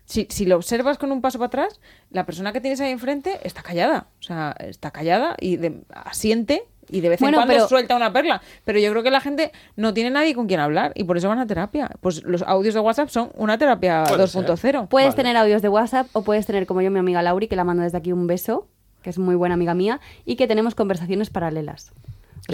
[SPEAKER 2] si, si lo observas con un paso para atrás, la persona que tienes ahí enfrente está callada. O sea, está callada y de- asiente y de vez
[SPEAKER 5] Bueno,
[SPEAKER 2] en cuando
[SPEAKER 5] pero-
[SPEAKER 2] suelta una perla. Pero yo creo que la gente no tiene nadie con quien hablar y por eso van a terapia. Pues los audios de WhatsApp son una terapia
[SPEAKER 3] Puede
[SPEAKER 2] 2.0.
[SPEAKER 5] Puedes
[SPEAKER 3] Vale.
[SPEAKER 5] tener audios de WhatsApp o puedes tener, como yo, mi amiga Lauri, que la mando desde aquí un beso, que es muy buena amiga mía, y que tenemos conversaciones paralelas.
[SPEAKER 3] ¿Qué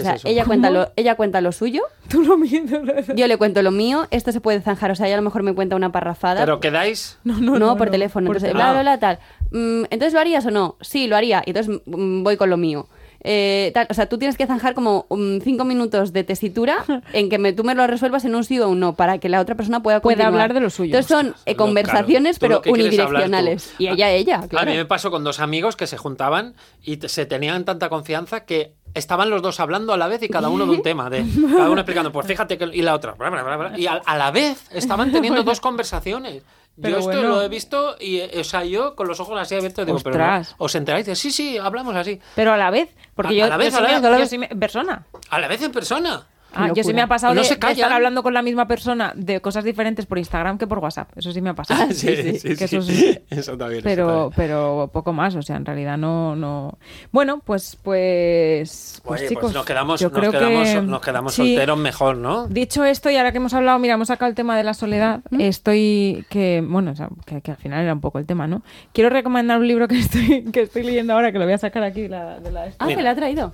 [SPEAKER 5] O
[SPEAKER 3] es
[SPEAKER 5] sea,
[SPEAKER 3] eso?
[SPEAKER 5] ella cuenta, lo, ella cuenta lo suyo,
[SPEAKER 2] Tú lo miras.
[SPEAKER 5] yo le cuento lo mío, esto se puede zanjar, o sea, ella a lo mejor me cuenta una parrafada.
[SPEAKER 3] Pero quedáis.
[SPEAKER 2] No,
[SPEAKER 5] no, por teléfono.
[SPEAKER 2] por Ah.
[SPEAKER 5] entonces,
[SPEAKER 3] teléfono.
[SPEAKER 5] bla, bla, bla, tal. Mm, entonces, ¿lo harías o no? Sí, lo haría. Y entonces mm, voy con lo mío. Eh, tal, o sea, tú tienes que zanjar como mm, cinco minutos de tesitura en que me, tú me lo resuelvas en un sí o un no, para que la otra persona pueda
[SPEAKER 2] Pueda
[SPEAKER 5] continuar.
[SPEAKER 2] hablar de lo suyo.
[SPEAKER 5] Entonces son eh,
[SPEAKER 3] Lo-
[SPEAKER 5] conversacionas,
[SPEAKER 3] claro, tú lo
[SPEAKER 5] pero
[SPEAKER 3] que quieres hablar
[SPEAKER 5] unidireccionales.
[SPEAKER 3] tú. Ah,
[SPEAKER 5] Y ella, ella, claro.
[SPEAKER 3] A mí me pasó con dos amigos que se juntaban y t- se tenían tanta confianza que estaban los dos hablando a la vez y cada uno de un tema, de cada uno explicando, pues fíjate que y la otra, bla, bla, bla, bla, y a, a la vez estaban teniendo dos conversaciones.
[SPEAKER 2] Pero
[SPEAKER 3] yo esto
[SPEAKER 2] bueno.
[SPEAKER 3] lo he visto y, eh, o sea, yo con los ojos así abiertos digo, pero no,
[SPEAKER 2] Ostras.
[SPEAKER 3] os enteráis, de, sí, sí, hablamos así,
[SPEAKER 2] Pero a la vez, porque
[SPEAKER 3] A-
[SPEAKER 2] yo,
[SPEAKER 3] a la vez,
[SPEAKER 2] yo
[SPEAKER 3] a
[SPEAKER 2] soy
[SPEAKER 3] la
[SPEAKER 2] me-
[SPEAKER 3] vez, a la
[SPEAKER 2] yo
[SPEAKER 3] vez.
[SPEAKER 2] soy me- persona.
[SPEAKER 3] a la vez en persona.
[SPEAKER 2] Ah, yo sí
[SPEAKER 5] locura.
[SPEAKER 2] me ha pasado
[SPEAKER 3] No
[SPEAKER 2] de,
[SPEAKER 3] se
[SPEAKER 2] de
[SPEAKER 3] callan.
[SPEAKER 2] estar hablando con la misma persona de cosas diferentes por Instagram que por WhatsApp. Eso Ah, sí me ha pasado. que eso sí.
[SPEAKER 3] Eso también. eso
[SPEAKER 2] Pero,
[SPEAKER 3] también.
[SPEAKER 2] pero poco más, o sea, en realidad no, no. Bueno, pues, pues, pues,
[SPEAKER 3] Oye, pues
[SPEAKER 2] chicos,
[SPEAKER 3] nos quedamos,
[SPEAKER 2] yo
[SPEAKER 3] nos
[SPEAKER 2] creo
[SPEAKER 3] quedamos,
[SPEAKER 2] que-
[SPEAKER 3] nos quedamos
[SPEAKER 2] sí.
[SPEAKER 3] solteros mejor, ¿no?
[SPEAKER 2] Dicho esto, y ahora que hemos hablado, mira, hemos sacado el tema de la soledad. Estoy que, bueno, o sea, que, que al final era un poco el tema, ¿no? Quiero recomendar un libro que estoy, que estoy leyendo ahora, que lo voy a sacar aquí de la, de la
[SPEAKER 5] Ah,
[SPEAKER 3] Mira.
[SPEAKER 5] que la ha traído.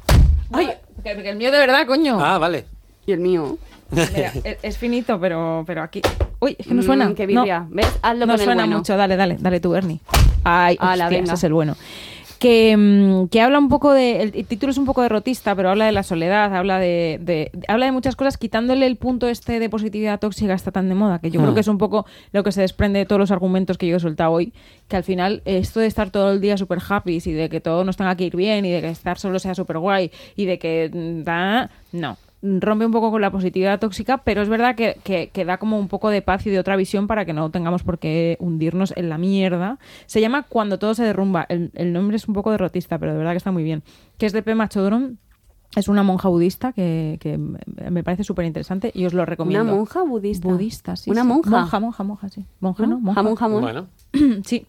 [SPEAKER 2] Ay, que, que el mío de verdad, coño.
[SPEAKER 3] Ah, vale.
[SPEAKER 5] Y el mío.
[SPEAKER 2] Mira, es, es finito, pero, pero aquí. Uy, es que no
[SPEAKER 5] Mm,
[SPEAKER 2] suena.
[SPEAKER 5] qué
[SPEAKER 2] No.
[SPEAKER 5] birria. ¿Ves? Hazlo
[SPEAKER 2] no
[SPEAKER 5] con el
[SPEAKER 2] suena
[SPEAKER 5] bueno.
[SPEAKER 2] mucho. Dale, dale, dale tú, Ernie. Ay,
[SPEAKER 5] Ala,
[SPEAKER 2] hostia,
[SPEAKER 5] venga.
[SPEAKER 2] ese es el bueno. Que, mm, que habla un poco de. El, el título es un poco derrotista, pero habla de la soledad, habla de, de- habla de muchas cosas, quitándole el punto este de positividad tóxica está tan de moda, que yo
[SPEAKER 5] Ah.
[SPEAKER 2] creo que es un poco lo que se desprende de todos los argumentos que yo he soltado hoy, que al final eh, esto de estar todo el día súper happy y de que todo nos tenga que ir bien y de que estar solo sea súper guay y de que. mm, da- no rompe un poco con la positividad tóxica, pero es verdad que, que- que da como un poco de paz y de otra visión para que no tengamos por qué hundirnos en la mierda. Se llama Cuando todo se derrumba. El, el nombre es un poco derrotista, pero de verdad que está muy bien. Que es de P. Machodron. Es una monja budista que, que me parece súper interesante y os lo recomiendo.
[SPEAKER 5] Una monja budista.
[SPEAKER 2] Budista, sí.
[SPEAKER 5] Una
[SPEAKER 2] sí.
[SPEAKER 5] monja. Ah,
[SPEAKER 2] Monja, monja, monja, sí. Monja, ¿no? Monja.
[SPEAKER 5] Jamón, jamón.
[SPEAKER 3] Bueno.
[SPEAKER 2] sí.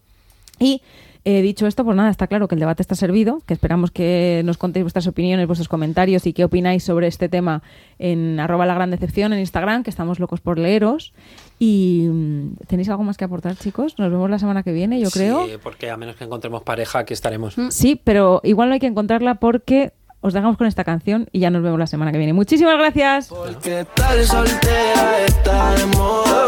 [SPEAKER 2] Y eh, dicho esto, pues nada, está claro que el debate está servido, que esperamos que nos contéis vuestras opiniones, vuestros comentarios y qué opináis sobre este tema en arroba la gran decepción en Instagram, que estamos locos por leeros. Y mm, tenéis algo más que aportar, chicos. Nos vemos la semana que viene, yo creo.
[SPEAKER 3] Sí, porque a menos que encontremos pareja, aquí estaremos.
[SPEAKER 2] Sí, pero igual no hay que encontrarla porque os dejamos con esta canción y ya nos vemos la semana que viene. Muchísimas gracias.
[SPEAKER 7] Porque tal soltera está de moda.